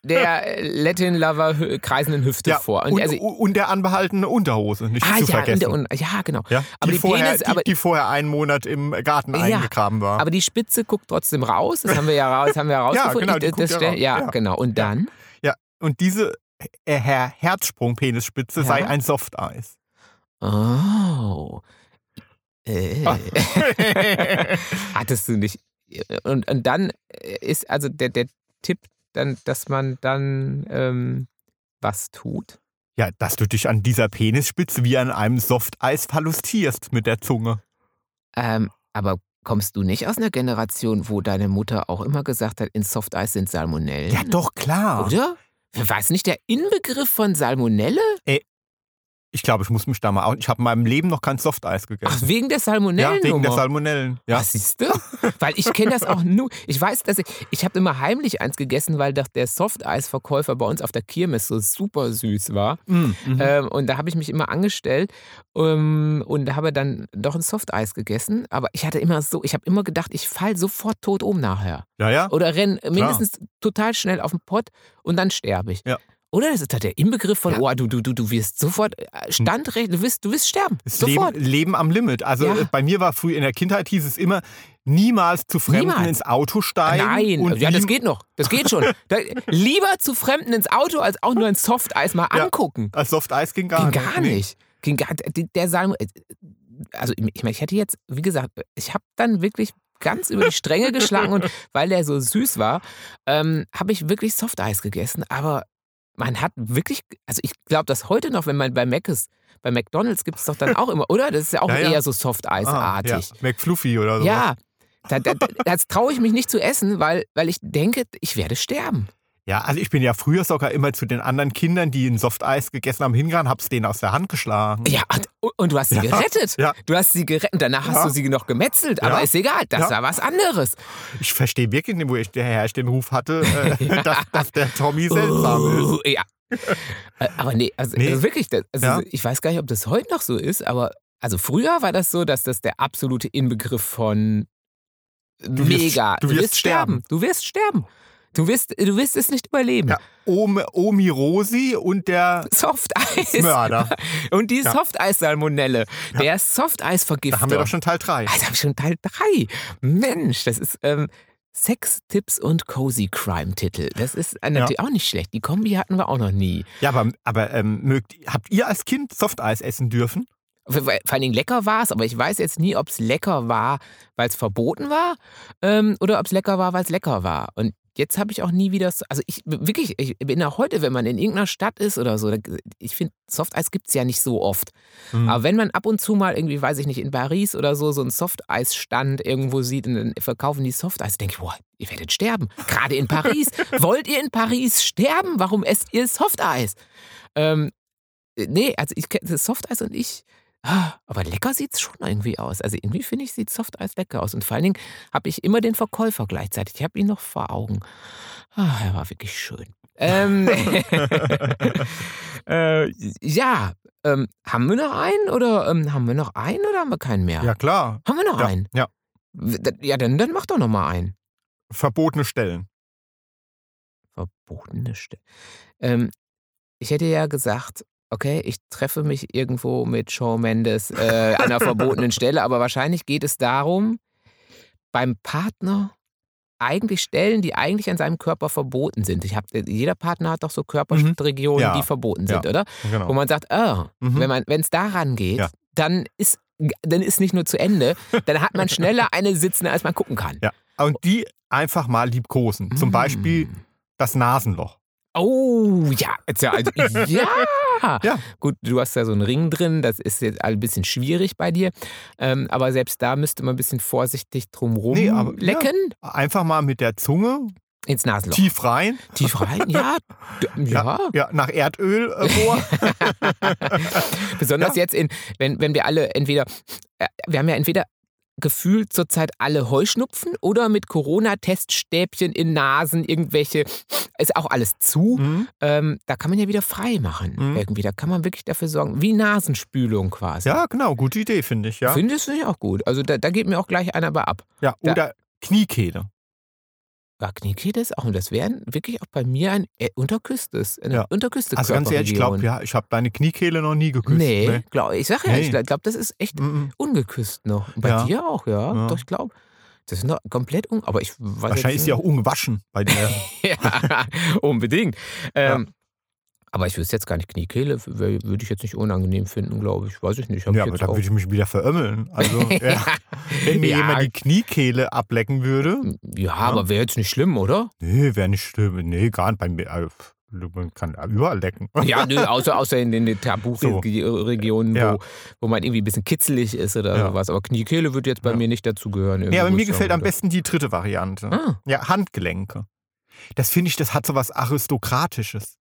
Speaker 2: der Latin Lover hö- kreisenden Hüfte
Speaker 1: ja,
Speaker 2: vor.
Speaker 1: und, und,
Speaker 2: also,
Speaker 1: der anbehaltene Unterhose, nicht zu
Speaker 2: ah ja, und,
Speaker 1: vergessen.
Speaker 2: der- und, ja, genau.
Speaker 1: ja, die,
Speaker 2: aber die
Speaker 1: vorher,
Speaker 2: Penis-
Speaker 1: die,
Speaker 2: aber-
Speaker 1: die vorher einen Monat im Garten
Speaker 2: Ja,
Speaker 1: eingegraben war.
Speaker 2: Aber die Spitze guckt trotzdem raus. Das haben wir ja raus, haben wir herausgefunden.
Speaker 1: genau,
Speaker 2: Ich- äh,
Speaker 1: die guckt
Speaker 2: das
Speaker 1: ja
Speaker 2: stell-
Speaker 1: raus.
Speaker 2: ja,
Speaker 1: Ja.
Speaker 2: genau. Und
Speaker 1: Ja.
Speaker 2: dann?
Speaker 1: Und diese äh, Herr Herzsprung-Penisspitze
Speaker 2: Ja.
Speaker 1: sei ein Softeis.
Speaker 2: Oh. Äh.
Speaker 1: Ah.
Speaker 2: Hattest du nicht. äh, Und, und dann äh, ist also der, der Tipp dann, dass man dann ähm, was tut.
Speaker 1: Ja, dass du dich an dieser Penisspitze wie an einem Softeis verlustierst mit der Zunge.
Speaker 2: Ähm, aber kommst du nicht aus einer Generation, wo deine Mutter auch immer gesagt hat, in Soft Eis sind Salmonellen?
Speaker 1: Ja, doch, klar.
Speaker 2: Oder? War es nicht der Inbegriff von Salmonelle?
Speaker 1: Ich glaube, ich muss mich da mal out. Ich habe in meinem Leben noch kein Softeis
Speaker 2: Ach,
Speaker 1: gegessen.
Speaker 2: wegen der
Speaker 1: ja,
Speaker 2: Salmonellen.
Speaker 1: wegen der Salmonellen. Ja.
Speaker 2: Was siehst du? Weil ich kenne das auch nur. Ich weiß, dass ich. Ich habe immer heimlich eins gegessen, weil doch der Softeisverkäufer bei uns auf der Kirmes so super süß war.
Speaker 1: Mm, mhm.
Speaker 2: Ähm, und da habe ich mich immer angestellt ähm, und habe dann doch ein Softeis gegessen. Aber ich hatte immer so, ich habe immer gedacht, ich falle sofort tot um nachher.
Speaker 1: ja, ja.
Speaker 2: Oder renn mindestens total schnell auf den Pott und dann sterbe ich.
Speaker 1: Ja.
Speaker 2: Oder das ist doch der Inbegriff von,
Speaker 1: Ja.
Speaker 2: oh, du, du, du, du wirst sofort äh, standrecht, du wirst, du wirst sterben.
Speaker 1: Das Leben,
Speaker 2: sofort.
Speaker 1: Leben am Limit. Also
Speaker 2: Ja.
Speaker 1: äh, bei mir war früh in der Kindheit hieß es immer, niemals zu Fremden
Speaker 2: Niemals.
Speaker 1: ins Auto steigen.
Speaker 2: Nein,
Speaker 1: und
Speaker 2: ja, das
Speaker 1: niem-
Speaker 2: geht noch. Das geht schon. Da, lieber zu Fremden ins Auto, als auch nur ein Softeis mal
Speaker 1: Ja.
Speaker 2: angucken.
Speaker 1: Als Softeis ging gar
Speaker 2: Ging
Speaker 1: nicht.
Speaker 2: gar
Speaker 1: Nee.
Speaker 2: nicht. Ging gar, der der Salmo. Also, ich meine, ich hätte jetzt, wie gesagt, ich habe dann wirklich ganz über die Stränge geschlagen und weil der so süß war, ähm, habe ich wirklich Softeis gegessen. Aber man hat wirklich, also ich glaube das heute noch, wenn man bei Mac ist, bei McDonalds gibt es doch dann auch immer, oder? Das ist ja auch
Speaker 1: Ja, ja.
Speaker 2: eher so Softeisartig.
Speaker 1: Ah, ja. McFluffy oder so. ne?
Speaker 2: Ja, da, da, da- das traue ich mich nicht zu essen, weil, weil ich denke, ich werde sterben.
Speaker 1: ja, also ich bin ja früher sogar immer zu den anderen Kindern, die ein Softeis gegessen haben, hingegangen, hab's denen aus der Hand geschlagen.
Speaker 2: Ja, und, und du hast sie
Speaker 1: Ja,
Speaker 2: gerettet.
Speaker 1: ja.
Speaker 2: Du hast sie gerettet. Und Danach
Speaker 1: Ja.
Speaker 2: hast du sie noch gemetzelt.
Speaker 1: Ja.
Speaker 2: Aber ist egal,
Speaker 1: Ja.
Speaker 2: das war was anderes.
Speaker 1: Ich verstehe wirklich nicht, woher ich, woher ich den Ruf hatte, äh, dass, dass der Tommy seltsam ist.
Speaker 2: Uh, ja. Äh, aber nee, also,
Speaker 1: Nee.
Speaker 2: also wirklich, das, also
Speaker 1: Ja.
Speaker 2: ich weiß gar nicht, ob das heute noch so ist, aber also früher war das so, dass das der absolute Inbegriff von
Speaker 1: wirst-
Speaker 2: mega.
Speaker 1: du wirst sterben.
Speaker 2: Du wirst sterben. Du wirst, du wirst es nicht überleben.
Speaker 1: Ja, Omi, Omi Rosi und der
Speaker 2: Soft Eis.
Speaker 1: Mörder.
Speaker 2: Und die
Speaker 1: Ja.
Speaker 2: Softeis-Salmonelle.
Speaker 1: Ja.
Speaker 2: Der Softeis-Vergifter.
Speaker 1: Da haben wir doch schon Teil 3.
Speaker 2: Alter, hab ich schon Teil 3. Mensch, das ist ähm, Sex, Tipps und Cozy Crime-Titel. Das ist äh, natürlich auch nicht schlecht. Die Kombi hatten wir auch noch nie.
Speaker 1: Ja, aber, aber ähm, mögt, habt ihr als Kind Softeis essen dürfen?
Speaker 2: Vor vor allen Dingen lecker war es, aber ich weiß jetzt nie, ob es lecker war, weil es verboten war ähm, oder ob es lecker war, weil es lecker war. Und jetzt habe ich auch nie wieder, so- also ich wirklich, ich bin auch heute, wenn man in irgendeiner Stadt ist oder so, da- ich finde, Softeis gibt es ja nicht so oft.
Speaker 1: Hm.
Speaker 2: Aber wenn man ab und zu mal irgendwie, weiß ich nicht, in Paris oder so, so einen Softeisstand irgendwo sieht und dann verkaufen die Softeis, denke ich, boah, ihr werdet sterben. Gerade in Paris. Wollt ihr in Paris sterben? Warum esst ihr Softeis? Ähm, nee, also ich kenne das Softeis und ich. ah, Aber lecker sieht es schon irgendwie aus. Also irgendwie finde ich, sieht Softeis lecker aus. Und vor allen Dingen habe ich immer den Verkäufer gleichzeitig. Ich habe ihn noch vor Augen. Ah, er war wirklich schön. Ähm, äh, ja, ähm, haben wir noch einen oder ähm, haben wir noch einen oder haben wir keinen mehr?
Speaker 1: Ja, klar.
Speaker 2: Haben wir noch
Speaker 1: Ja,
Speaker 2: einen?
Speaker 1: ja.
Speaker 2: W- da- Ja, dann, dann mach doch noch mal einen.
Speaker 1: Verbotene Stellen.
Speaker 2: Verbotene Stelle. Ähm, ich hätte ja gesagt, okay, ich treffe mich irgendwo mit Shawn Mendes äh, an einer verbotenen Stelle, aber wahrscheinlich geht es darum, beim Partner eigentlich Stellen, die eigentlich an seinem Körper verboten sind. Ich hab, äh, jeder Partner hat doch so Körperregionen,
Speaker 1: Mhm. Ja.
Speaker 2: die verboten sind,
Speaker 1: Ja.
Speaker 2: oder? wo
Speaker 1: Genau.
Speaker 2: man sagt, oh,
Speaker 1: Mhm.
Speaker 2: wenn man wenn es daran geht,
Speaker 1: Ja.
Speaker 2: dann ist dann ist nicht nur zu Ende, dann hat man schneller eine sitzende, als man gucken kann.
Speaker 1: Ja. Und die einfach mal liebkosen. Zum
Speaker 2: Mm.
Speaker 1: Beispiel das Nasenloch.
Speaker 2: Oh, ja. Jetzt ja, also, ja.
Speaker 1: Ja.
Speaker 2: Gut, du hast da so einen Ring drin, das ist jetzt ein bisschen schwierig bei dir. Ähm, aber selbst da müsste man ein bisschen vorsichtig drum
Speaker 1: Nee, aber-
Speaker 2: rumlecken. lecken.
Speaker 1: Einfach mal mit der Zunge
Speaker 2: Ins Nasenloch. Tief,
Speaker 1: tief rein.
Speaker 2: rein, ja. D- ja.
Speaker 1: Ja, nach Erdöl äh, bohren.
Speaker 2: Besonders jetzt in, wenn, wenn wir alle entweder, äh, wir haben ja entweder gefühlt zurzeit alle Heuschnupfen oder mit Corona-Teststäbchen in Nasen, irgendwelche, ist auch alles zu.
Speaker 1: Mhm.
Speaker 2: Ähm, da kann man ja wieder frei machen.
Speaker 1: Mhm.
Speaker 2: Irgendwie. Da kann man wirklich dafür sorgen. Wie Nasenspülung quasi.
Speaker 1: Ja, genau. Gute Idee, finde ich. Ja.
Speaker 2: Findest du nicht auch gut? Also da, da geht mir auch gleich einer bei ab.
Speaker 1: ja.
Speaker 2: Ja.
Speaker 1: Oder Kniekehle.
Speaker 2: Ja, Kniekehle ist auch, und das wären wirklich auch bei mir ein äh, unterküsstes, eine
Speaker 1: Ja.
Speaker 2: unterküsste
Speaker 1: Also ganz ehrlich, ich glaube,
Speaker 2: Körperregion.
Speaker 1: ja, ich habe deine Kniekehle noch nie geküsst.
Speaker 2: Nee, Also glaub, ich sag ja, ich
Speaker 1: ne? Nee.
Speaker 2: glaube, das ist echt
Speaker 1: Mhm.
Speaker 2: ungeküsst noch. Bei
Speaker 1: Ja.
Speaker 2: dir auch, ja?
Speaker 1: Ja.
Speaker 2: Doch, ich glaube. Das ist noch komplett un. Aber ich weiß
Speaker 1: Wahrscheinlich ist sie auch ungewaschen bei dir.
Speaker 2: ja, unbedingt. Ähm, Aber ich wüsste jetzt gar nicht, Kniekehle wär- würde ich jetzt nicht unangenehm finden, glaube ich. Weiß ich nicht. Hab
Speaker 1: ja,
Speaker 2: ich
Speaker 1: aber
Speaker 2: jetzt
Speaker 1: da
Speaker 2: auch-
Speaker 1: würde ich mich wieder verömmeln. Also, ja. Wenn mir
Speaker 2: Ja. Mhm.
Speaker 1: jemand die Kniekehle ablecken würde,
Speaker 2: ja, aber wäre jetzt nicht schlimm, oder?
Speaker 1: nee, wäre nicht schlimm. Nee, gar nicht bei mir. Also, Man kann ja überall lecken.
Speaker 2: Ja, nö, außer, außer in den Tabu-Regionen,
Speaker 1: Ja.
Speaker 2: wo, wo man irgendwie ein bisschen kitzelig ist oder
Speaker 1: Ja.
Speaker 2: sowas. Aber Kniekehle würde jetzt bei
Speaker 1: Ja.
Speaker 2: mir nicht dazugehören.
Speaker 1: Ja, aber
Speaker 2: Irgendwie
Speaker 1: mir
Speaker 2: schon,
Speaker 1: gefällt am
Speaker 2: oder?
Speaker 1: besten die dritte Variante.
Speaker 2: Ah,
Speaker 1: Ja, Handgelenke. Das finde ich, das hat so was Aristokratisches.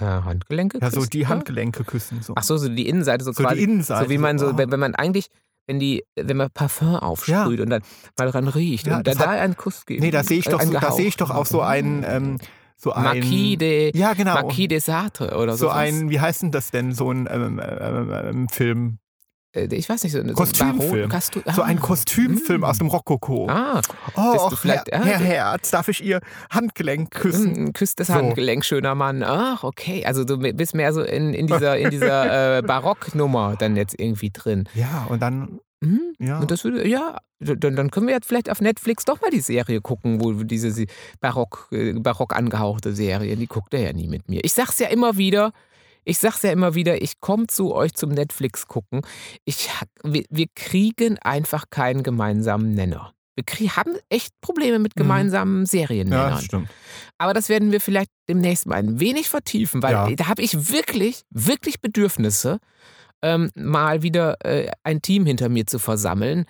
Speaker 2: ja, Handgelenke?
Speaker 1: Ja, so
Speaker 2: küssen,
Speaker 1: die Handgelenke küssen. So,
Speaker 2: Ach so, so die Innenseite so,
Speaker 1: so
Speaker 2: quasi.
Speaker 1: die Innenseite.
Speaker 2: so wie man
Speaker 1: ah.
Speaker 2: so, wenn, wenn man eigentlich, wenn die, wenn man Parfüm aufsprüht und dann mal dran riecht
Speaker 1: Ja,
Speaker 2: und
Speaker 1: das
Speaker 2: dann da einen Kuss gibt.
Speaker 1: Nee, da sehe ich, doch so, da seh ich doch auch so einen. Ähm, so ein,
Speaker 2: Marquis de,
Speaker 1: Ja, genau.
Speaker 2: Marquis de Sartre oder
Speaker 1: so
Speaker 2: sowas.
Speaker 1: ein, wie heißt denn das denn, so ein ähm, ähm, ähm, Film?
Speaker 2: Äh, Ich weiß nicht, so, so
Speaker 1: Kostümfilm.
Speaker 2: Kastu
Speaker 1: So
Speaker 2: ah.
Speaker 1: ein Kostümfilm
Speaker 2: Mm.
Speaker 1: aus dem Rokoko.
Speaker 2: Ah,
Speaker 1: oh,
Speaker 2: bist du
Speaker 1: och, Herr,
Speaker 2: vielleicht- ah,
Speaker 1: Herr
Speaker 2: du-
Speaker 1: Herz, darf ich Ihr Handgelenk küssen?
Speaker 2: mm, küsst das
Speaker 1: So.
Speaker 2: Handgelenk, schöner Mann. Ach, okay. Also du bist mehr so in, in dieser, in dieser äh, Barocknummer dann jetzt irgendwie drin.
Speaker 1: Ja, und dann,
Speaker 2: Mhm.
Speaker 1: ja.
Speaker 2: Und das würde, ja, dann, dann können wir jetzt vielleicht auf Netflix doch mal die Serie gucken, wo diese se- barock, äh, barock angehauchte Serie, die guckt er ja nie mit mir. Ich sag's ja immer wieder, ich sag's ja immer wieder, ich komme zu euch zum Netflix gucken. Ich, ha- wir, wir kriegen einfach keinen gemeinsamen Nenner. Wir krie- haben echt Probleme mit
Speaker 1: Mhm.
Speaker 2: gemeinsamen
Speaker 1: ja,
Speaker 2: Seriennennern.
Speaker 1: das stimmt.
Speaker 2: Aber das werden wir vielleicht demnächst mal ein wenig vertiefen, weil
Speaker 1: Ja.
Speaker 2: da habe ich wirklich, wirklich Bedürfnisse, ähm, mal wieder äh, ein Team hinter mir zu versammeln,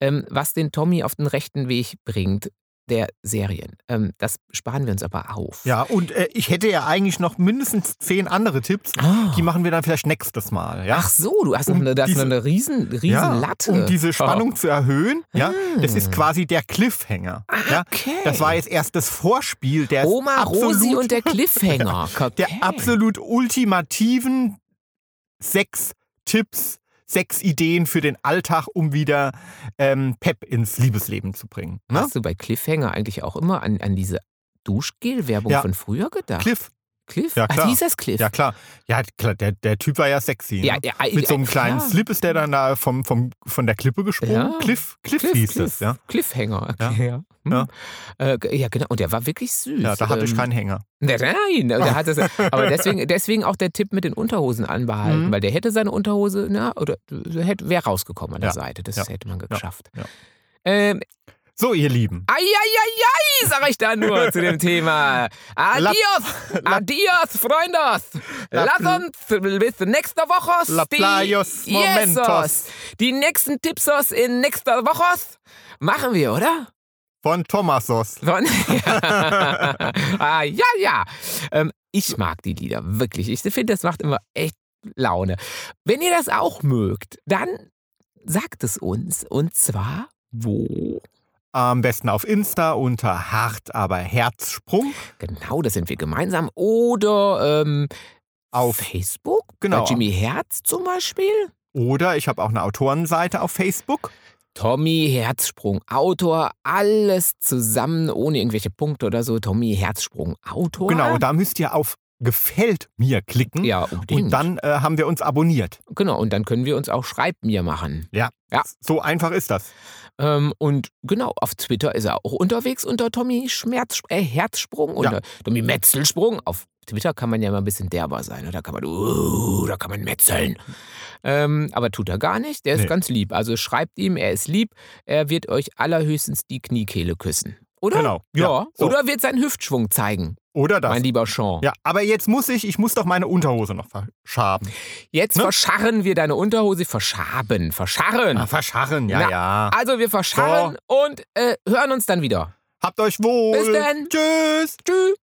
Speaker 2: ähm, was den Tommy auf den rechten Weg bringt der Serien. Ähm, das sparen wir uns aber auf.
Speaker 1: Ja, und äh, ich hätte ja eigentlich noch mindestens zehn andere Tipps.
Speaker 2: Ah.
Speaker 1: Die machen wir dann vielleicht nächstes Mal. Ja?
Speaker 2: Ach so, du hast
Speaker 1: Um
Speaker 2: noch eine, das ist noch
Speaker 1: diese-
Speaker 2: eine riesen, riesen
Speaker 1: ja,
Speaker 2: Latte.
Speaker 1: Um diese Spannung zu erhöhen. Ja?
Speaker 2: Oh. Ah.
Speaker 1: Das ist quasi der Cliffhanger. Ja?
Speaker 2: Okay.
Speaker 1: Das war jetzt erst das Vorspiel der
Speaker 2: Oma Rosi
Speaker 1: absolut-
Speaker 2: und der Cliffhanger. Okay.
Speaker 1: der absolut ultimativen sechs Tipps, sechs Ideen für den Alltag, um wieder ähm, Pep ins Liebesleben zu bringen. Ne?
Speaker 2: Hast du bei Cliffhanger eigentlich auch immer an, an diese Duschgel-Werbung
Speaker 1: Ja.
Speaker 2: von früher gedacht?
Speaker 1: Cliff,
Speaker 2: Cliff?
Speaker 1: Ja,
Speaker 2: Ah,
Speaker 1: klar.
Speaker 2: hieß das Cliff?
Speaker 1: ja klar. Ja, klar, der, der Typ war ja sexy.
Speaker 2: Ja, äh,
Speaker 1: ne?
Speaker 2: ja,
Speaker 1: Mit so einem
Speaker 2: ja,
Speaker 1: kleinen
Speaker 2: klar.
Speaker 1: Slip ist der dann da vom, vom, von der Klippe gesprungen.
Speaker 2: Ja.
Speaker 1: Cliff, Cliff,
Speaker 2: Cliff,
Speaker 1: hieß
Speaker 2: Cliff,
Speaker 1: es, ja.
Speaker 2: Cliffhanger.
Speaker 1: Ja.
Speaker 2: Okay, ja. Hm.
Speaker 1: Ja.
Speaker 2: Äh, g- ja, genau. Und der war wirklich süß.
Speaker 1: Ja, da hatte ich
Speaker 2: Ähm,
Speaker 1: keinen Hänger.
Speaker 2: Nein, nein, der hat das, aber deswegen, deswegen auch der Tipp mit den Unterhosen anbehalten,
Speaker 1: Mhm.
Speaker 2: weil der hätte seine Unterhose, na, oder hätte, wäre rausgekommen an der
Speaker 1: Ja.
Speaker 2: Seite. Das
Speaker 1: Ja.
Speaker 2: hätte man geschafft.
Speaker 1: Ja.
Speaker 2: Ähm,
Speaker 1: So, ihr Lieben.
Speaker 2: Eieieiei, sag ich da nur zu dem Thema. Adios,
Speaker 1: La-
Speaker 2: adios, Freundos.
Speaker 1: La-
Speaker 2: Lass uns bis nächste Woche.
Speaker 1: La Playos Momentos.
Speaker 2: Die nächsten Tippsos in nächster Woche machen wir, oder?
Speaker 1: Von Thomasos.
Speaker 2: Von ah, ja, ja. Ähm, ich mag die Lieder, wirklich. Ich finde, das macht immer echt Laune. Wenn ihr das auch mögt, dann sagt es uns. Und zwar wo?
Speaker 1: Am besten auf Insta unter Hart, aber Herzsprung.
Speaker 2: Genau, das sind wir gemeinsam. Oder ähm,
Speaker 1: Auf
Speaker 2: Facebook?
Speaker 1: Genau.
Speaker 2: Bei Jimmy Herz zum Beispiel?
Speaker 1: Oder ich habe auch eine Autorenseite auf Facebook.
Speaker 2: Tommy Herzsprung, Autor, alles zusammen, ohne irgendwelche Punkte oder so. Tommy Herzsprung, Autor.
Speaker 1: Genau, da müsst ihr auf Gefällt mir klicken.
Speaker 2: ja, unbedingt.
Speaker 1: Und dann äh, haben wir uns abonniert.
Speaker 2: genau, und dann können wir uns auch Schreib mir machen. Ja.
Speaker 1: So einfach ist das.
Speaker 2: Ähm, und genau, auf Twitter ist er auch unterwegs unter Tommy Schmerz, äh, Herzsprung, unter Tommy Metzelsprung. Auf Twitter kann man ja mal ein bisschen derber sein. ne? Da kann man, uh, da kann man metzeln. Ähm, aber tut er gar nicht. Der ist
Speaker 1: Nee.
Speaker 2: ganz lieb. Also schreibt ihm, er ist lieb. Er wird euch allerhöchstens die Kniekehle küssen. Oder?
Speaker 1: Genau.
Speaker 2: Ja.
Speaker 1: Ja, so.
Speaker 2: Oder wird seinen Hüftschwung zeigen,
Speaker 1: Oder das.
Speaker 2: mein lieber Sean.
Speaker 1: Ja, aber jetzt muss ich, ich muss doch meine Unterhose noch verschaben.
Speaker 2: Jetzt
Speaker 1: Ne?
Speaker 2: verscharren wir deine Unterhose. Verschaben, verscharren.
Speaker 1: Ah, verscharren, ja,
Speaker 2: Genau. Na,
Speaker 1: ja.
Speaker 2: Also wir verscharren und äh, hören uns dann wieder.
Speaker 1: Habt euch wohl.
Speaker 2: Bis denn.
Speaker 1: Tschüss.
Speaker 2: Tschüss.